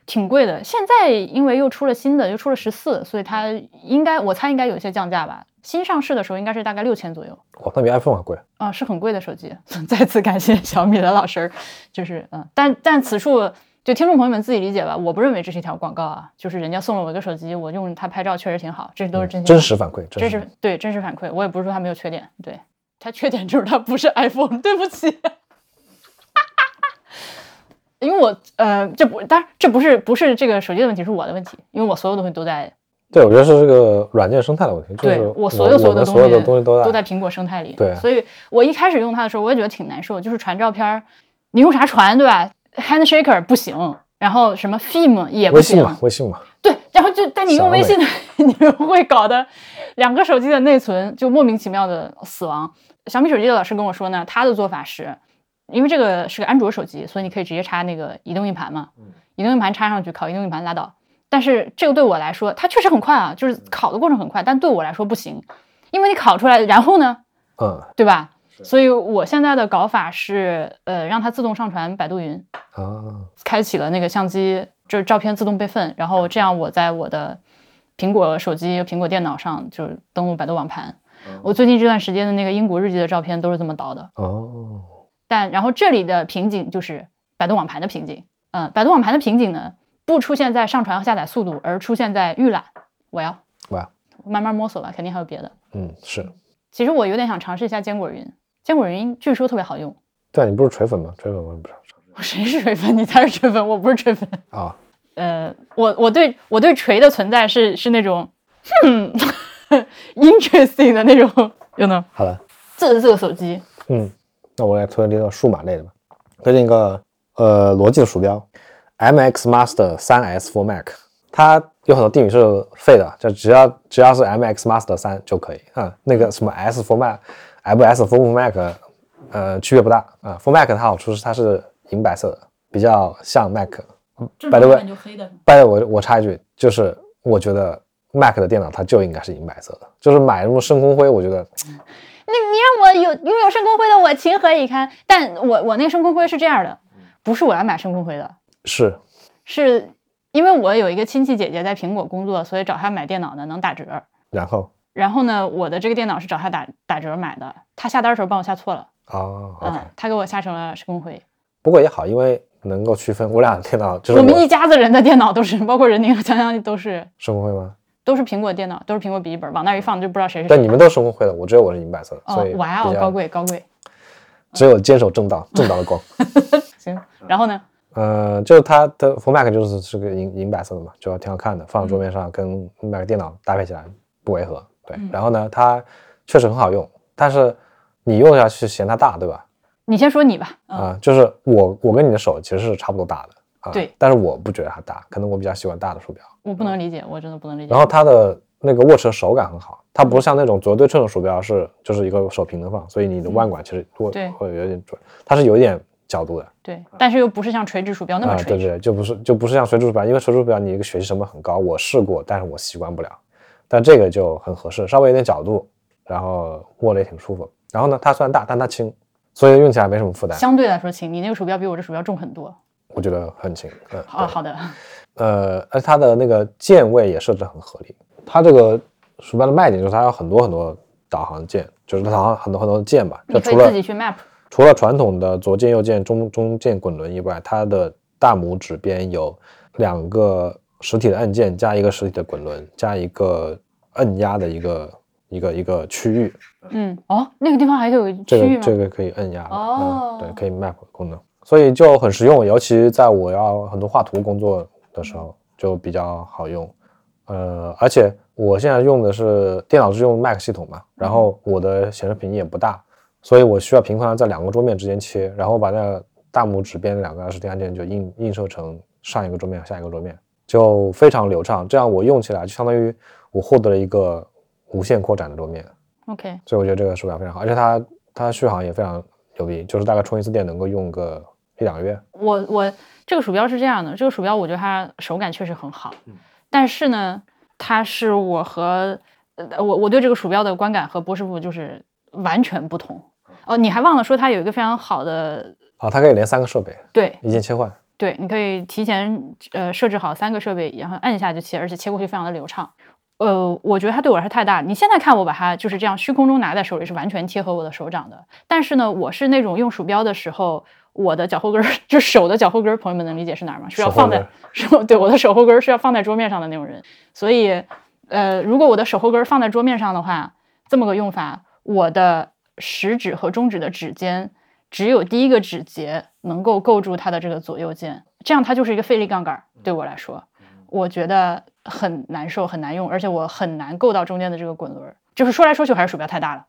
[SPEAKER 1] 挺贵的。现在因为又出了新的，又出了十四，所以它应该我猜应该有一些降价吧。新上市的时候应该是大概六千左右，
[SPEAKER 2] 哇，那比 iPhone 还贵。
[SPEAKER 1] 啊、是很贵的手机。 再次感谢小米的老师儿，就是嗯，但但此处就听众朋友们自己理解吧，我不认为这是一条广告啊，就是人家送了我一个手机，我用它拍照确实挺好，这都是真心、
[SPEAKER 2] 嗯真实反馈，
[SPEAKER 1] 真
[SPEAKER 2] 真
[SPEAKER 1] 实对真实反馈，我也不是说它没有缺点，对它缺点就是它不是 iPhone，对不起。因为我呃，这不，当然这不是不是这个手机的问题，是我的问题，因为我所有东西都在
[SPEAKER 2] 对，我觉得是这个软件生态的问题，就是
[SPEAKER 1] 对
[SPEAKER 2] 我
[SPEAKER 1] 所有
[SPEAKER 2] 我
[SPEAKER 1] 所有
[SPEAKER 2] 们
[SPEAKER 1] 的
[SPEAKER 2] 所有的东
[SPEAKER 1] 东
[SPEAKER 2] 西都在
[SPEAKER 1] 苹果生态里。
[SPEAKER 2] 对
[SPEAKER 1] 所以我一开始用它的时候，我也觉得挺难受，就是传照片儿，你用啥传对吧？Handshaker 不行，然后什么 Film 也不
[SPEAKER 2] 微信
[SPEAKER 1] 行，
[SPEAKER 2] 嘛，微信嘛，
[SPEAKER 1] 对，然后就但你用
[SPEAKER 2] 小
[SPEAKER 1] 微
[SPEAKER 2] 美
[SPEAKER 1] 信的， 你就会搞得两个手机的内存就莫名其妙的死亡。小米手机的老师跟我说呢，他的做法是，因为这个是个安卓手机，所以你可以直接插那个移动硬盘
[SPEAKER 2] 嗯
[SPEAKER 1] 嘛，移动硬盘插上去拷移动硬盘拉倒。但是这个对我来说，它确实很快啊，就是
[SPEAKER 2] 嗯
[SPEAKER 1] 拷的过程很快，但对我来说不行，因为你拷出来，然后呢，
[SPEAKER 2] 嗯
[SPEAKER 1] 对吧？所以我现在的搞法是，呃，让它自动上传百度云，
[SPEAKER 2] 啊，
[SPEAKER 1] 开启了那个相机，就是照片自动备份，然后这样我在我的苹果手机、苹果电脑上就是登录百度网盘。我最近这段时间的那个英国日记的照片都是这么导的，
[SPEAKER 2] 哦，
[SPEAKER 1] 但然后这里的瓶颈就是百度网盘的瓶颈，嗯，百度网盘的瓶颈呢不出现在上传和下载速度，而出现在预览。我要
[SPEAKER 2] 哇，
[SPEAKER 1] 慢慢摸索吧，肯定还有别的。
[SPEAKER 2] 嗯，是。
[SPEAKER 1] 其实我有点想尝试一下坚果云，坚果云据说特别好用。
[SPEAKER 2] 对啊，你不是锤粉吗？锤粉我也不知道
[SPEAKER 1] 我谁是锤粉？你才是锤粉，我不是锤粉。
[SPEAKER 2] 啊。
[SPEAKER 1] 呃，我我对我对锤的存在是是那种，哼 ，interesting 的那种，有呢。
[SPEAKER 2] 好了，
[SPEAKER 1] 这是这个手机，
[SPEAKER 2] 嗯，那我来推荐一个数码类的吧，推荐一个呃罗技的鼠标，MX Master 3S for Mac，它有很多定语是废的，就只要只要是 MX Master 3就可以啊、那个什么 S for Mac，MS for Mac，呃，区别不大啊、for Mac 它好处是它是银白色的，比较像 Mac。By the way，
[SPEAKER 1] 就黑的。
[SPEAKER 2] by the way，我我插一句，就是我觉得 Mac 的电脑它就应该是银白色的，就是买那种深空灰，我觉得
[SPEAKER 1] 那你让我有拥有深空灰的我情何以堪？但我我那个深空灰是这样的，不是我来买深空灰的，
[SPEAKER 2] 是
[SPEAKER 1] 是因为我有一个亲戚姐姐在苹果工作，所以找她买电脑呢能打折。
[SPEAKER 2] 然后
[SPEAKER 1] 然后呢，我的这个电脑是找她打打折买的，她下单的时候帮我下错了，
[SPEAKER 2] 哦，OK、
[SPEAKER 1] 嗯，她给我下成了深空灰。
[SPEAKER 2] 不过也好，因为能够区分我俩的电脑就是
[SPEAKER 1] 我们一家子人的电脑都是，包括任宁和江江都是
[SPEAKER 2] 生工会吗？
[SPEAKER 1] 都是苹果电脑，都是苹果笔记本，往那儿一放就不知道谁是谁。
[SPEAKER 2] 对，你们都是生工会的，我只有我是银白色的，所
[SPEAKER 1] 哦
[SPEAKER 2] 以，
[SPEAKER 1] 哇哦
[SPEAKER 2] 比，较
[SPEAKER 1] 高，贵高贵。
[SPEAKER 2] 只有坚守正道， 正道的光。
[SPEAKER 1] 行，然后呢？
[SPEAKER 2] 呃，就是它的 f o Mac 就是是个银银白色的嘛，就挺好看的，放在桌面上跟 Mac 电脑搭配起来不违和。对，
[SPEAKER 1] 嗯
[SPEAKER 2] 然后呢，它确实很好用，但是你用下去嫌它大，对吧？
[SPEAKER 1] 你先说你吧。嗯，
[SPEAKER 2] 啊、就是我我跟你的手其实是差不多大的啊，
[SPEAKER 1] 对，
[SPEAKER 2] 但是我不觉得它大，可能我比较喜欢大的鼠标。
[SPEAKER 1] 我不能理解，我真的不能理解
[SPEAKER 2] 然。后它的那个握持的手感很好，它不像那种左右对称的鼠标是就是一个手平的放，所以你的腕管其实会、
[SPEAKER 1] 嗯对
[SPEAKER 2] 会有点准，它是有一点角度的
[SPEAKER 1] 对，但是又不是像垂直鼠标那
[SPEAKER 2] 啊、
[SPEAKER 1] 么
[SPEAKER 2] 对
[SPEAKER 1] 垂
[SPEAKER 2] 对
[SPEAKER 1] 直。
[SPEAKER 2] 对，就不是就不是像垂直鼠标，因为垂直鼠标你一个学习成本很高，我试过，但是我习惯不了，但这个就很合适，稍微有点角度，然后握着也挺舒服。然后呢，它虽然大，但它轻，所以用起来没什么负担，
[SPEAKER 1] 相对来说轻，你那个鼠标比我这鼠标重很多。
[SPEAKER 2] 我觉得很轻。嗯，
[SPEAKER 1] 啊，
[SPEAKER 2] 对
[SPEAKER 1] 好的，
[SPEAKER 2] 呃，而且它的那个键位也设置得很合理。它这个鼠标的卖点就是它有很多很多导航键，就是导航很多很多键吧。
[SPEAKER 1] 你
[SPEAKER 2] 就
[SPEAKER 1] 可以
[SPEAKER 2] 除
[SPEAKER 1] 自
[SPEAKER 2] 了
[SPEAKER 1] 己去 map。
[SPEAKER 2] 除了传统的左键、右键、中中键、滚轮以外，它的大拇指边有两个实体的按键，加一个实体的滚轮，加一个按压的一个一个一个区域。
[SPEAKER 1] 嗯，哦，那个地方还有个
[SPEAKER 2] 这
[SPEAKER 1] 区域
[SPEAKER 2] 个
[SPEAKER 1] 吗？
[SPEAKER 2] 这个可以按压的，
[SPEAKER 1] 哦
[SPEAKER 2] 嗯，对，可以 map 功能，所以就很实用，尤其在我要很多画图工作的时候就比较好用。呃，而且我现在用的是电脑是用 Mac 系统嘛，然后
[SPEAKER 1] 嗯
[SPEAKER 2] 我的显示屏也不大，所以我需要频繁地在两个桌面之间切，然后把那个大拇指边的两个实体按键就映映射成上一个桌面和下一个桌面，就非常流畅。这样我用起来就相当于我获得了一个无限扩展的桌面。
[SPEAKER 1] OK，
[SPEAKER 2] 所以我觉得这个手表非常好，而且它它续航也非常牛逼，就是大概充一次电能够用个一两个月。
[SPEAKER 1] 我我这个鼠标是这样的，这个鼠标我觉得它手感确实很好，但是呢，它是我和呃我我对这个鼠标的观感和波师傅就是完全不同。哦，你还忘了说它有一个非常好的，
[SPEAKER 2] 啊，它可以连三个设备
[SPEAKER 1] 对
[SPEAKER 2] 一键切换，
[SPEAKER 1] 对，你可以提前呃设置好三个设备，然后按一下就切，而且切过去非常的流畅。呃，我觉得它对我来说太大。你现在看我把它就是这样虚空中拿在手里，是完全贴合我的手掌的。但是呢，我是那种用鼠标的时候，我的脚后跟儿， 就手的脚后跟儿，朋友们能理解是哪儿吗？是要
[SPEAKER 2] 手后
[SPEAKER 1] 放
[SPEAKER 2] 跟
[SPEAKER 1] 在
[SPEAKER 2] 儿
[SPEAKER 1] 手，对，我的手后跟儿是要放在桌面上的那种人。所以，呃，如果我的手后跟儿放在桌面上的话，这么个用法，我的食指和中指的指尖只有第一个指节能够构住它的这个左右键，这样它就是一个费力杠杆儿，对我来说。我觉得很难受，很难用，而且我很难够到中间的这个滚轮儿。就是说来说去还是鼠标太大了。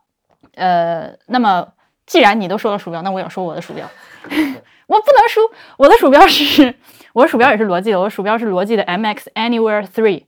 [SPEAKER 1] 呃，那么既然你都说了鼠标，那我也要说我的鼠标。 我不能输，我的鼠标是，我的鼠标也是罗技的，我的鼠标是罗技的 MX Anywhere Three，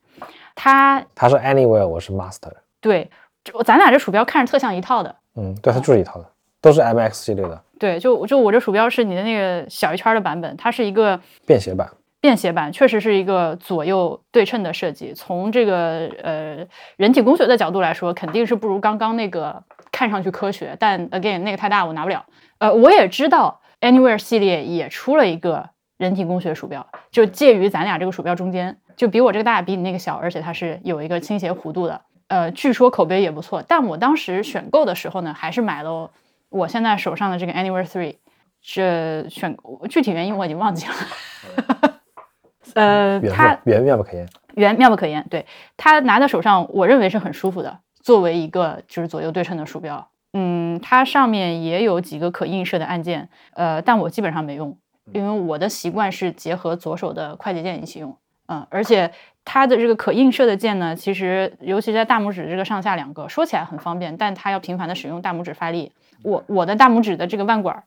[SPEAKER 1] 它
[SPEAKER 2] 它是 Anywhere，我是 Master，
[SPEAKER 1] 对，就咱俩这鼠标看着特像一套的。
[SPEAKER 2] 嗯，对，它就是一套的，都是 MX 系列的
[SPEAKER 1] 对，就就我这鼠标是你的那个小一圈儿的版本，它是一个
[SPEAKER 2] 便携版。
[SPEAKER 1] 便携版确实是一个左右对称的设计，从这个呃人体工学的角度来说，肯定是不如刚刚那个看上去科学，但 again 那个太大我拿不了。呃，我也知道 Anywhere 系列也出了一个人体工学鼠标，就介于咱俩这个鼠标中间，就比我这个大，比你那个小，而且它是有一个倾斜弧度的。呃，据说口碑也不错，但我当时选购的时候呢，还是买了我现在手上的这个 Anywhere Three。这选具体原因我已经忘记了，呃，
[SPEAKER 2] 圆
[SPEAKER 1] 它
[SPEAKER 2] 面圆面不可言，
[SPEAKER 1] 圆圆妙不可言。对它拿在手上，我认为是很舒服的，作为一个就是左右对称的鼠标。嗯，它上面也有几个可映射的按键，呃，但我基本上没用，因为我的习惯是结合左手的快捷键一起用。嗯，而且它的这个可映射的键呢，其实尤其在大拇指这个上下两个，说起来很方便，但它要频繁的使用大拇指发力。我我的大拇指的这个腕管儿，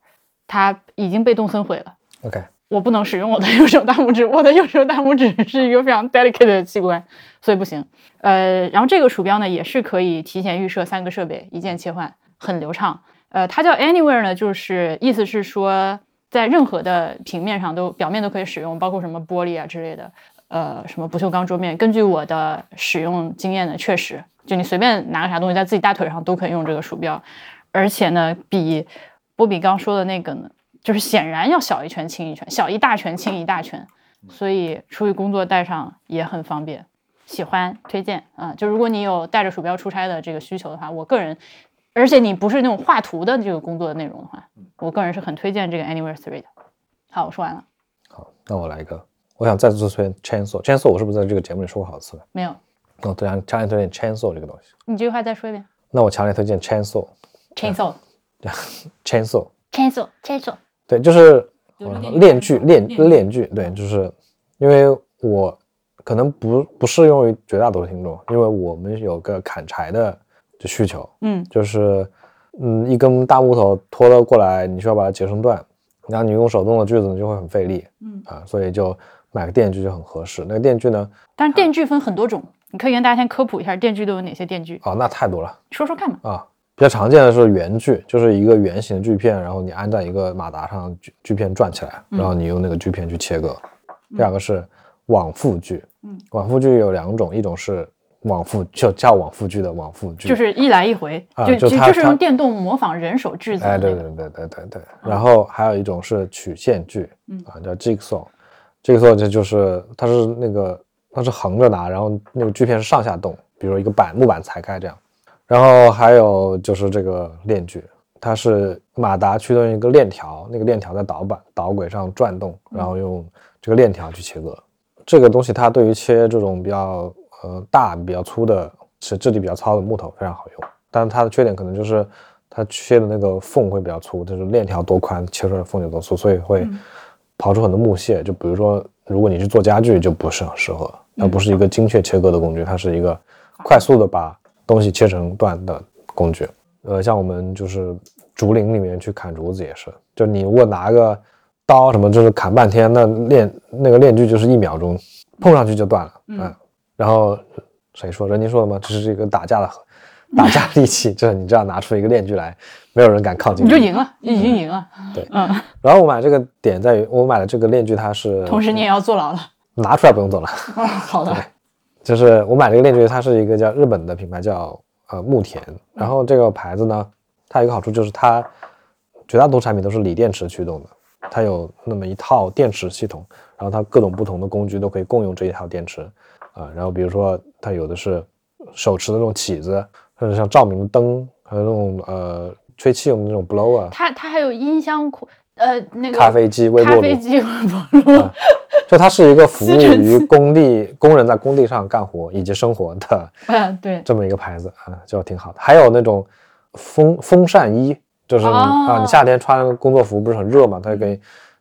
[SPEAKER 1] 它已经被动森毁了。
[SPEAKER 2] OK，
[SPEAKER 1] 我不能使用我的 右手大拇指，我的右手大拇指是一个非常 delicate 的器官，所以不行。呃，然后这个鼠标呢，也是可以提前预设三个设备，一键切换，很流畅。呃，它叫 Anywhere 呢，就是意思是说，在任何的平面上都表面都可以使用，包括什么玻璃啊之类的，呃，什么不锈钢桌面。根据我的使用经验呢，确实，就你随便拿个啥东西在自己大腿上都可以用这个鼠标，而且呢，比波比刚说的那个呢，就是显然要小一拳轻一拳，小一大拳轻一大拳，
[SPEAKER 2] 嗯
[SPEAKER 1] 所以出去工作带上也很方便。喜欢推荐啊、就如果你有带着鼠标出差的这个需求的话，我个人，而且你不是那种画图的这个工作的内容的话，
[SPEAKER 2] 嗯
[SPEAKER 1] 我个人是很推荐这个 Anywhere Three 的。好，我说完了，
[SPEAKER 2] 好，那我来一个，我想再次推荐 Chainsaw。Chainsaw 我是不是在这个节目里说过好多次了？
[SPEAKER 1] 没有，
[SPEAKER 2] 哦，对啊，强烈推荐 Chainsaw 这个东西。
[SPEAKER 1] 你这句话再说一遍。
[SPEAKER 2] 那我强烈推荐 Chainsaw。
[SPEAKER 1] Cancel
[SPEAKER 2] Chainsaw，
[SPEAKER 1] cancel cancel，
[SPEAKER 2] 对，就是嗯
[SPEAKER 3] 有这个
[SPEAKER 2] 链锯，链
[SPEAKER 3] 链锯
[SPEAKER 2] 链锯，嗯对，就是因为我可能不不适用于绝大多数听众，因为我们有个砍柴的就需求，
[SPEAKER 1] 嗯
[SPEAKER 2] 就是嗯一根大木头拖了过来，你需要把它截成段，然后你用手动的锯子你就会很费力，
[SPEAKER 3] 嗯
[SPEAKER 2] 啊，所以就买个电锯就很合适。那个电锯呢，
[SPEAKER 1] 但是电锯分很多种，你可以跟大家先科普一下电锯都有哪些电锯，
[SPEAKER 2] 啊，那太多了。
[SPEAKER 1] 说说看吧。
[SPEAKER 2] 啊，比较常见的是圆锯，就是一个圆形的锯片，然后你安在一个马达上，锯锯片转起来，
[SPEAKER 1] 嗯
[SPEAKER 2] 然后你用那个锯片去切割。第二个是往复锯，
[SPEAKER 3] 嗯，
[SPEAKER 2] 往复锯有两种，一种是往复就叫往复锯的往复锯，
[SPEAKER 1] 就是一来一回，
[SPEAKER 2] 啊
[SPEAKER 1] 就
[SPEAKER 2] 就它
[SPEAKER 1] 就是用
[SPEAKER 2] 它
[SPEAKER 1] 电动模仿人手制作
[SPEAKER 2] 哎，
[SPEAKER 1] 的
[SPEAKER 2] 对
[SPEAKER 1] 那个，
[SPEAKER 2] 对
[SPEAKER 1] 嗯
[SPEAKER 2] 对对对对。然后还有一种是曲线锯，
[SPEAKER 3] 嗯
[SPEAKER 2] 啊，叫 jigsaw，jigsaw 这就是它是那个它是横着拿，然后那个锯片是上下动，比如一个板木板裁开这样。然后还有就是这个链锯，它是马达驱动一个链条，那个链条在导板导轨上转动，
[SPEAKER 1] 嗯
[SPEAKER 2] 然后用这个链条去切割。这个东西它对于切这种比较呃大、比较粗的、是质地比较糙的木头非常好用，但是它的缺点可能就是它切的那个缝会比较粗，就是链条多宽，切出来的缝就多粗，所以会刨出很多木屑。就比如说，如果你去做家具，就不是很适合，
[SPEAKER 1] 嗯
[SPEAKER 2] 它不是一个精确切割的工具，它是一个快速的把东西切成段的工具。呃，像我们就是竹林里面去砍竹子也是，就你如果拿个刀什么，就是砍半天，那链那个链锯就是一秒钟碰上去就断了，嗯。然后谁说人家说的吗？这是一个打架的打架利器，就是你这样拿出一个链锯来，没有人敢靠近
[SPEAKER 1] 你就赢了，已经赢了。
[SPEAKER 2] 对
[SPEAKER 1] 嗯，
[SPEAKER 2] 然后我买这个点在于，我买的这个链锯它是
[SPEAKER 1] 同时你也要坐牢 了。
[SPEAKER 2] 拿出来不用走了，
[SPEAKER 1] 啊，好的，
[SPEAKER 2] 就是我买这个链锯，它是一个叫日本的品牌叫呃木田，然后这个牌子呢，它有一个好处就是它绝大多数产品都是锂电池驱动的，它有那么一套电池系统，然后它各种不同的工具都可以共用这一套电池，啊、然后比如说它有的是手持的那种起子，甚至像照明灯，还有那种呃吹气用的那种 blower，
[SPEAKER 1] 它它还有音箱扩，呃，那个
[SPEAKER 2] 咖啡机、微波
[SPEAKER 1] 咖
[SPEAKER 2] 炉，
[SPEAKER 1] 啡机微波炉，
[SPEAKER 2] 就它是一个服务
[SPEAKER 1] 私人
[SPEAKER 2] 于工地工人在工地上干活以及生活的
[SPEAKER 1] 嗯，对，
[SPEAKER 2] 这么一个牌子啊，就挺好的。还有那种风风扇衣，就是你、
[SPEAKER 1] 哦
[SPEAKER 2] 啊，你夏天穿工作服不是很热嘛，它就给你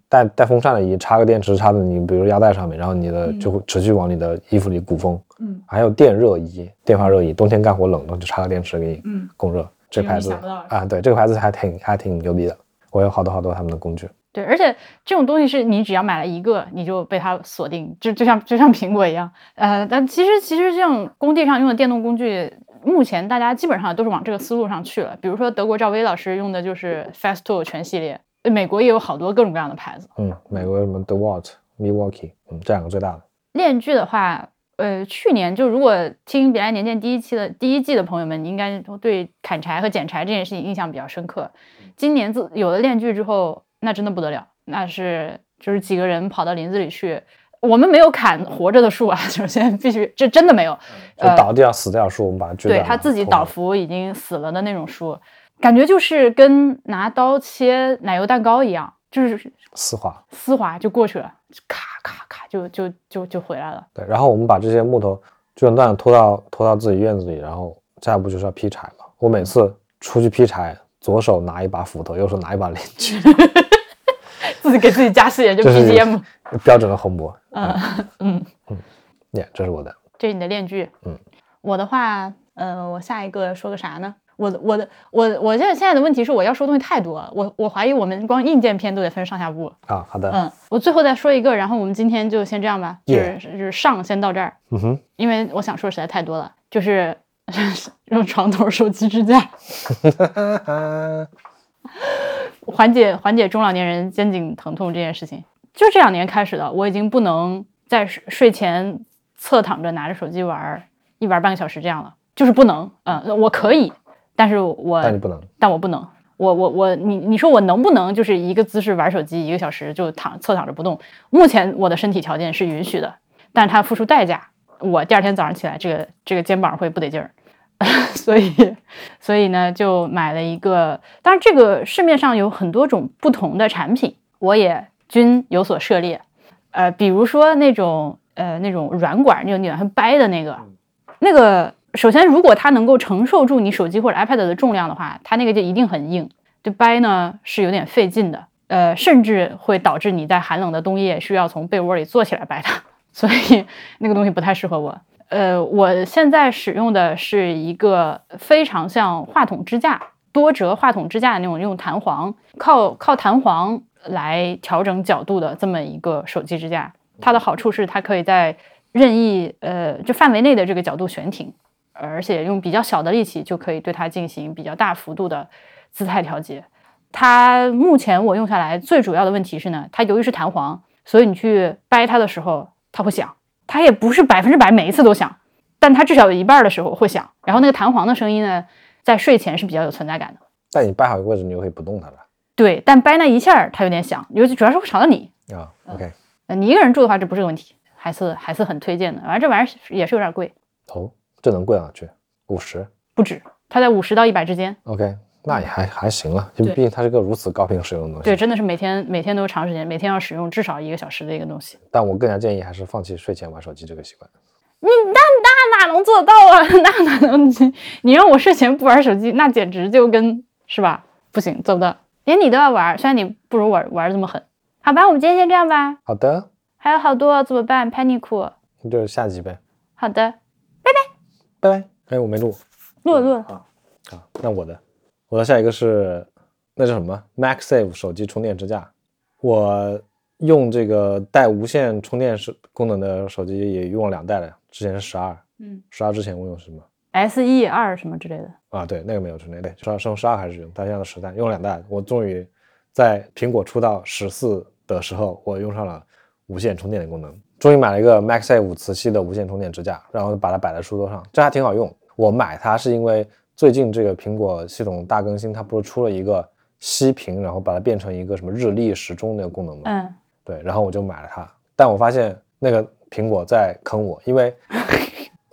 [SPEAKER 2] 带带风扇的衣，插个电池插在你比如腰带上面，然后你的就会持续往你的衣服里鼓风。
[SPEAKER 3] 嗯
[SPEAKER 2] 还有电热衣、电发热衣，冬天干活冷了就插个电池给你
[SPEAKER 3] 嗯，
[SPEAKER 2] 供热。这
[SPEAKER 3] 这个
[SPEAKER 2] 牌
[SPEAKER 3] 你
[SPEAKER 2] 子
[SPEAKER 3] 想不到
[SPEAKER 2] 啊，对，这个牌子还挺还挺牛逼的。我有好多好多他们的工具。
[SPEAKER 1] 对，而且这种东西是你只要买了一个，你就被它锁定，就就像就像苹果一样，呃，但其实其实这种工地上用的电动工具，目前大家基本上都是往这个思路上去了。比如说德国赵薇老师用的就是 Festool 全系列，呃美国也有好多各种各样的牌子。
[SPEAKER 2] 嗯，美国有什么 DeWalt、Milwaukee，嗯，这两个最大的。
[SPEAKER 1] 链锯的话，呃，去年就如果听《别来年见》第一期的第一季的朋友们，你应该都对砍柴和剪柴这件事情印象比较深刻。今年自有了链锯之后，那真的不得了，那是就是几个人跑到林子里去。我们没有砍活着的树啊，首先必须这真的没有，
[SPEAKER 2] 就
[SPEAKER 1] 呃
[SPEAKER 2] 倒掉死掉的啊树，我们把它锯掉
[SPEAKER 1] 对
[SPEAKER 2] 了。
[SPEAKER 1] 他自己
[SPEAKER 2] 捅
[SPEAKER 1] 倒
[SPEAKER 2] 了
[SPEAKER 1] 伏已经死了的那种树，感觉就是跟拿刀切奶油蛋糕一样，就是
[SPEAKER 2] 丝滑，
[SPEAKER 1] 丝滑就过去了，咔咔咔就就就就回来了。
[SPEAKER 2] 对，然后我们把这些木头就用担拖到拖到自己院子里，然后下一步就是要劈柴嘛。我每次出去劈柴，左手拿一把斧头，右手拿一把镰锯，
[SPEAKER 1] 自己给自己加戏也就
[SPEAKER 2] 这是
[SPEAKER 1] BGM，
[SPEAKER 2] 标准的红魔。
[SPEAKER 1] 嗯嗯，
[SPEAKER 2] 耶、这是我的。
[SPEAKER 1] 这是你的链锯。
[SPEAKER 2] 嗯，
[SPEAKER 1] 我的话，呃，我下一个说个啥呢？我的我的我我现在现在的问题是我要说东西太多了，我我怀疑我们光硬件篇都得分上下部。
[SPEAKER 2] 啊，好的，
[SPEAKER 1] 嗯，我最后再说一个，然后我们今天就先这样吧，就是
[SPEAKER 2] Yeah
[SPEAKER 1] 就是上先到这儿，
[SPEAKER 2] 嗯哼，
[SPEAKER 1] 因为我想说实在太多了，就是 用床头手机支架缓解缓解中老年人肩颈疼痛这件事情，就这两年开始的，我已经不能在睡睡前侧躺着拿着手机玩儿一玩儿半个小时这样了，就是不能，嗯，我可以，但是我
[SPEAKER 2] 但你不能，
[SPEAKER 1] 但我不能，我我我，你你说我能不能就是一个姿势玩手机一个小时就躺侧躺着不动？目前我的身体条件是允许的，但是它付出代价，我第二天早上起来这个这个肩膀会不得劲儿， 所以所以呢就买了一个，当然这个市面上有很多种不同的产品，我也均有所涉猎，呃，比如说那种呃那种软管儿，那种你往上掰的那个，那个首先，如果它能够承受住你手机或者 iPad 的重量的话，它那个就一定很硬，就掰呢是有点费劲的，呃，甚至会导致你在寒冷的冬夜需要从被窝里坐起来掰它，所以那个东西不太适合我。呃，我现在使用的是一个非常像话筒支架、多折话筒支架的那种，用弹簧靠靠弹簧来调整角度的这么一个手机支架。它的好处是它可以在任意呃就范围内的这个角度悬停，而且用比较小的力气就可以对它进行比较大幅度的姿态调节。它目前我用下来最主要的问题是呢，它由于是弹簧，所以你去掰它的时候它会响，它也不是百分之百每一次都响，但它至少有一半的时候会响。然后那个弹簧的声音呢，在睡前是比较有存在感的。
[SPEAKER 2] 但你掰好一个位置，你就可以不动它了
[SPEAKER 1] 对，但掰那一下儿它有点响，尤其主要是会吵到你，
[SPEAKER 2] 啊。OK，
[SPEAKER 1] 呃，你一个人住的话，这不是个问题，还是还是很推荐的。反正这玩意儿也是有点贵，
[SPEAKER 2] 哦，这能贵哪去？五十
[SPEAKER 1] 不止，它在五十到一百之间。
[SPEAKER 2] ，OK，那也还还行了，因为
[SPEAKER 1] 嗯对
[SPEAKER 2] 毕竟它是个如此高频使用的东西。
[SPEAKER 1] 对，真的是每天每天都长时间，每天要使用至少一个小时的一个东西。
[SPEAKER 2] 但我更加建议还是放弃睡前玩手机这个习惯。
[SPEAKER 1] 你那那哪能做到啊？那哪能？你你让我睡前不玩手机，那简直就跟是吧？不行，做不到。连你都要玩，虽然你不如我玩的这么狠。好吧，我们今天先这样吧。
[SPEAKER 2] 好的，
[SPEAKER 1] 还有好多怎么办？Panic。
[SPEAKER 2] 那就是下集呗，
[SPEAKER 1] 好的，
[SPEAKER 2] 拜拜。哎，我没录
[SPEAKER 1] 洛洛，
[SPEAKER 2] 啊，那我的，我的下一个是那叫什么 MagSafe 手机充电支架。我用这个带无线充电是功能的手机也用了两代了，之前是十二，
[SPEAKER 1] 嗯
[SPEAKER 2] 十二之前我用什么？
[SPEAKER 1] ，S E 二什么之类的。
[SPEAKER 2] 啊，对，那个没有充电，对，十二剩十二还是用，但现在十代用了两代，我终于在苹果出到十四的时候，我用上了无线充电的功能，终于买了一个 MagSafe 磁吸的无线充电支架，然后把它摆在书桌上，这还挺好用。我买它是因为最近这个苹果系统大更新，它不是出了一个息屏，然后把它变成一个什么日历时钟的功能吗？
[SPEAKER 1] 嗯，
[SPEAKER 2] 对，然后我就买了它，但我发现那个苹果在坑我，因为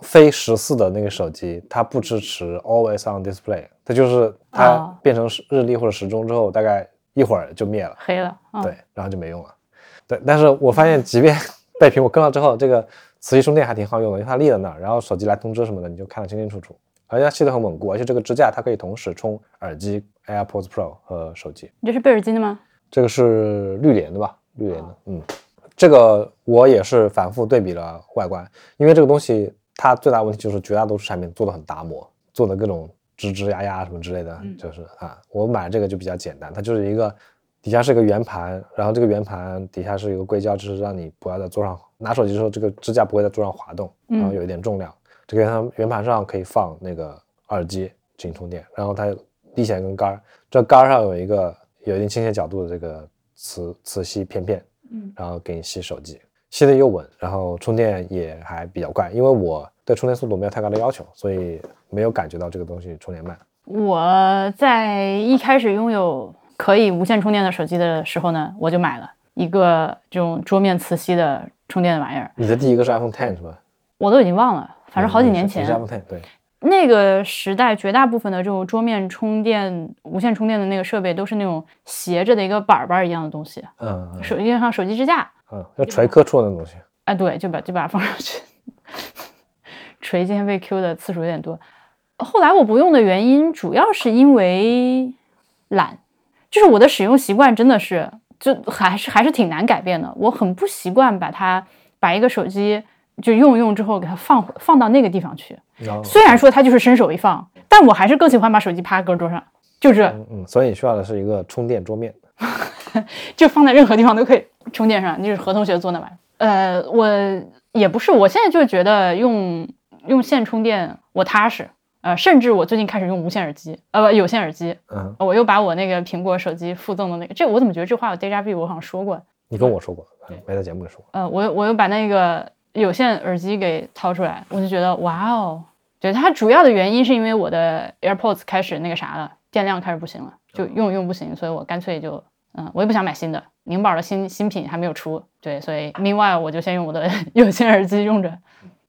[SPEAKER 2] 非十四的那个手机它不支持 Always on Display，它就是它
[SPEAKER 1] 哦
[SPEAKER 2] 变成时日历或者时钟之后，大概一会儿就灭了，
[SPEAKER 1] 黑了。嗯、
[SPEAKER 2] 对，然后就没用了。对，但是我发现即便 被苹果坑了之后，这个磁吸充电还挺好用的，因为它立在那儿，然后手机来通知什么的，你就看得清清楚楚。而且它吸得很稳固，而且这个支架它可以同时充耳机、AirPods Pro 和手机。
[SPEAKER 1] 你这是贝尔金的吗？
[SPEAKER 2] 这个是绿联的吧？绿联的，嗯，这个我也是反复对比了外观，因为这个东西它最大问题就是绝大多数产品做的很打磨，做的各种吱吱呀呀什么之类的，
[SPEAKER 1] 嗯
[SPEAKER 2] 就是啊，我买这个就比较简单，它就是一个底下是个圆盘，然后这个圆盘底下是一个硅胶，就是让你不要在桌上拿手机的时候，这个支架不会在桌上滑动，
[SPEAKER 1] 嗯
[SPEAKER 2] 然后有一点重量。这个圆盘圆盘上可以放那个耳机进行充电，然后它立起来一根杆儿，这杆儿上有一个有一定倾斜角度的这个磁磁吸片片，
[SPEAKER 1] 嗯
[SPEAKER 2] 然后给你吸手机，吸的又稳，然后充电也还比较快，因为我对充电速度没有太高的要求，所以没有感觉到这个东西充电慢。
[SPEAKER 1] 我在一开始拥有可以无线充电的手机的时候呢，我就买了一个这种桌面磁吸的充电的玩意儿，
[SPEAKER 2] 你的第一个是 iPhone Ten 是吧？
[SPEAKER 1] 我都已经忘了，反正好几年前
[SPEAKER 2] 你是 iPhone Ten 对，
[SPEAKER 1] 那个时代，绝大部分的这种桌面充电、无线充电的那个设备都是那种斜着的一个板儿板儿一样的东西，
[SPEAKER 2] 嗯嗯
[SPEAKER 1] 手机上手机支架，
[SPEAKER 2] 嗯，就锤科出的那种东西，
[SPEAKER 1] 啊，对，就把就把它放上去。 锤今天被 Q 的次数有点多。后来我不用的原因，主要是因为懒，就是我的使用习惯真的是就还是还是挺难改变的。我很不习惯把它把一个手机就用一用之后给它放回放到那个地方去。
[SPEAKER 2] 然后
[SPEAKER 1] 虽然说它就是伸手一放，但我还是更喜欢把手机趴搁桌上，就这
[SPEAKER 2] 嗯嗯，所以你需要的是一个充电桌面。
[SPEAKER 1] 就放在任何地方都可以充电上，就是合同学做那玩意儿。呃，我也不是，我现在就觉得用用线充电我踏实。呃，甚至我最近开始用无线耳机，呃，不有线耳机，
[SPEAKER 2] 嗯，
[SPEAKER 1] 我又把我那个苹果手机附赠的那个，这我怎么觉得这话有 deja vu？我好像说过，
[SPEAKER 2] 你跟我说过，嗯没在节目里说过。
[SPEAKER 1] 呃，我又我又把那个有线耳机给掏出来，我就觉得哇哦，对它主要的原因是因为我的 AirPods 开始那个啥了，电量开始不行了，就用用不行，所以我干脆就嗯，我也不想买新的，宁宝的新新品还没有出，对，所以 meanwhile 我就先用我的 有线耳机用着，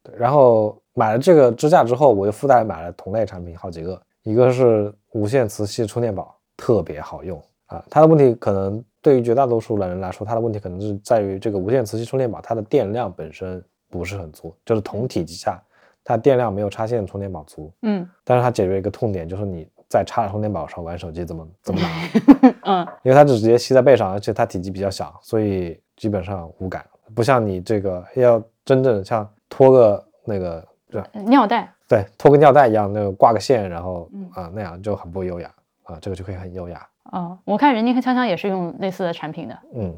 [SPEAKER 2] 对，然后买了这个支架之后，我又附带买了同类产品好几个，一个是无线磁吸充电宝，特别好用啊。它的问题可能对于绝大多数懒人来说，它的问题可能是在于这个无线磁吸充电宝它的电量本身不是很足，就是同体积下它电量没有插线充电宝足。
[SPEAKER 1] 嗯
[SPEAKER 2] 但是它解决一个痛点，就是你在插着充电宝上玩手机怎么怎么拿，
[SPEAKER 1] 嗯
[SPEAKER 2] 因为它只直接吸在背上，而且它体积比较小，所以基本上无感，不像你这个要真正像拖个那个对
[SPEAKER 1] 尿袋，
[SPEAKER 2] 对拖个尿袋一样，那个挂个线，然后
[SPEAKER 1] 嗯
[SPEAKER 2] 啊、那样就很不优雅啊、这个就可以很优雅，
[SPEAKER 1] 哦，我看任宁和锵锵也是用类似的产品的，
[SPEAKER 2] 嗯，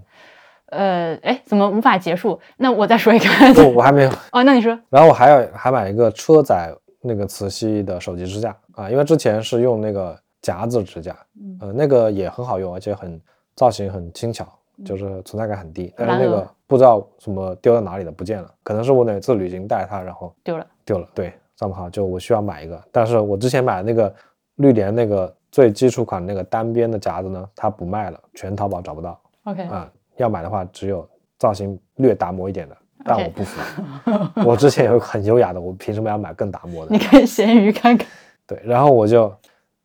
[SPEAKER 1] 呃，哎，怎么无法结束？那我再说一个，
[SPEAKER 2] 不我还没有，
[SPEAKER 1] 哦，那你说，
[SPEAKER 2] 然后我还有还买一个车载那个磁吸的手机支架啊，因为之前是用那个夹子支架，
[SPEAKER 1] 嗯
[SPEAKER 2] 呃，那个也很好用，而且很造型很轻巧，就是存在感很低。但是那
[SPEAKER 1] 蓝
[SPEAKER 2] 个
[SPEAKER 1] 鹅
[SPEAKER 2] 不知道什么丢到哪里了，不见了，可能是我哪次旅行带它，然后
[SPEAKER 1] 丢了，
[SPEAKER 2] 丢了。对，上不好，就我需要买一个。但是我之前买的那个绿联那个最基础款那个单边的夹子呢，它不卖了，全淘宝找不到
[SPEAKER 1] OK，
[SPEAKER 2] 啊、要买的话，只有造型略达摩一点的，但
[SPEAKER 1] OK
[SPEAKER 2] 我不服。我之前有一个很优雅的，我凭什么要买更达摩的？
[SPEAKER 1] 你看咸鱼看看，
[SPEAKER 2] 对，然后我就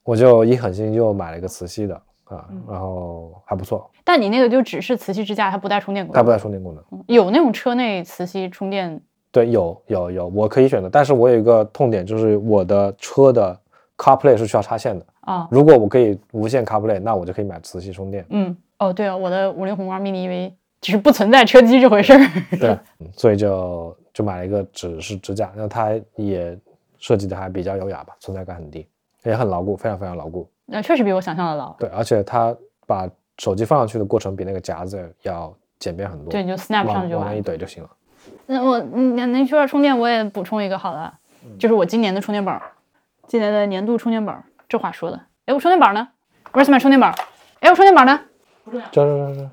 [SPEAKER 2] 我就一狠心又买了一个磁吸的啊，
[SPEAKER 1] 嗯
[SPEAKER 2] 然后还不错，
[SPEAKER 1] 但你那个就只是磁吸支架，它不带充电功
[SPEAKER 2] 它
[SPEAKER 1] 能。
[SPEAKER 2] 不带充电功能。
[SPEAKER 1] 嗯有那种车内磁吸充电，
[SPEAKER 2] 对，有有有，我可以选择，但是我有一个痛点，就是我的车的 CarPlay 是需要插线的。
[SPEAKER 1] 啊，
[SPEAKER 2] 如果我可以无线 CarPlay，那我就可以买磁吸充电。
[SPEAKER 1] 嗯，哦对哦，我的五菱宏光 mini EV 只是不存在车机这回事儿。
[SPEAKER 2] 对，嗯所以就就买了一个只是支架，那它也设计的还比较优雅吧，存在感很低，也很牢固，非常非常牢固。
[SPEAKER 1] 那确实比我想象的牢。
[SPEAKER 2] 对，而且它把手机放上去的过程比那个夹子要简便很多，
[SPEAKER 1] 对，你就 snap 上
[SPEAKER 2] 往
[SPEAKER 1] 去就
[SPEAKER 2] 往那
[SPEAKER 1] 完
[SPEAKER 2] 一
[SPEAKER 1] 了。
[SPEAKER 2] 怼就行了。
[SPEAKER 1] 那我嗯那您说到充电，我也补充一个好了，
[SPEAKER 2] 嗯
[SPEAKER 1] 就是我今年的充电宝儿，今年的年度充电宝儿，这话说的。哎，我充电宝儿呢？Where's my 充电宝儿？哎，我充电宝儿呢？
[SPEAKER 2] 这这这这。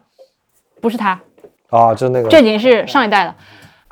[SPEAKER 1] 不是它，
[SPEAKER 2] 啊，就是那个
[SPEAKER 1] 这已经是上一代了，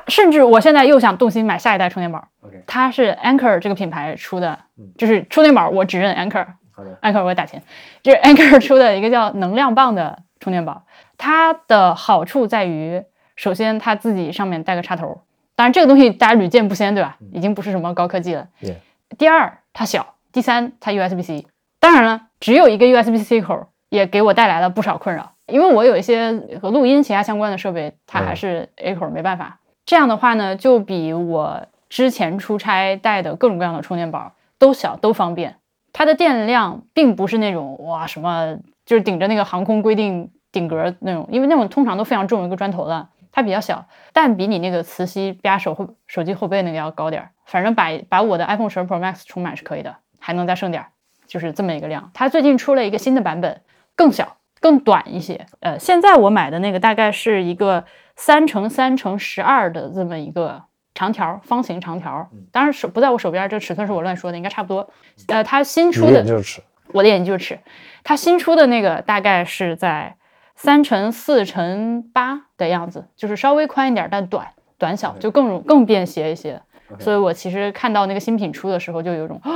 [SPEAKER 1] 甚至我现在又想动心买下一代充电宝。
[SPEAKER 2] OK
[SPEAKER 1] 它是 Anchor 这个品牌出的
[SPEAKER 2] 嗯，
[SPEAKER 1] 就是充电宝我只认 Anchor。
[SPEAKER 2] 好的
[SPEAKER 1] Anchor 我也打钱，就是 Anchor 出的一个叫能量棒的充电宝，它的好处在于，首先它自己上面带个插头，当然这个东西大家屡见不鲜，对吧？已经不是什么高科技了。
[SPEAKER 2] Yeah
[SPEAKER 1] 第二，它小；第三，它 USB-C。当然了，只有一个 USB-C 口，也给我带来了不少困扰，因为我有一些和录音其他相关的设备，它还是 A 口没办法。这样的话呢，就比我之前出差带的各种各样的充电宝都小都方便。它的电量并不是那种哇什么，就是顶着那个航空规定顶格那种，因为那种通常都非常重，一个砖头了。它比较小，但比你那个磁吸吧手后手机后背那个要高点儿。反正把把我的 iPhone 十 Pro Max 充满是可以的，还能再剩点儿，就是这么一个量。它最近出了一个新的版本，更小、更短一些。呃，现在我买的那个大概是一个三乘三乘十二的这么一个长条，方形长条。当然手不在我手边儿，这尺寸是我乱说的，应该差不多。呃，它新
[SPEAKER 2] 你
[SPEAKER 1] 出的
[SPEAKER 2] 就是吃，
[SPEAKER 1] 我的眼睛就是尺，它新出的那个大概是在三乘四乘八的样子，就是稍微宽一点，但短短小，就更容更便携一些。所以我其实看到那个新品出的时候，就有一种哦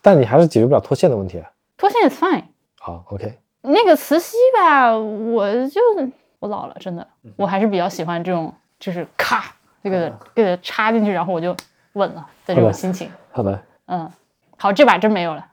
[SPEAKER 2] 但你还是解决不了脱线的问题。啊
[SPEAKER 1] 脱线 is fine。
[SPEAKER 2] 好，OK，
[SPEAKER 1] 那个磁吸吧，我就我老了，真的，我还是比较喜欢这种，就是咔，这个给它插进去，然后我就稳了的这种心情。
[SPEAKER 2] 好的，
[SPEAKER 1] 嗯，好，这把真没有了，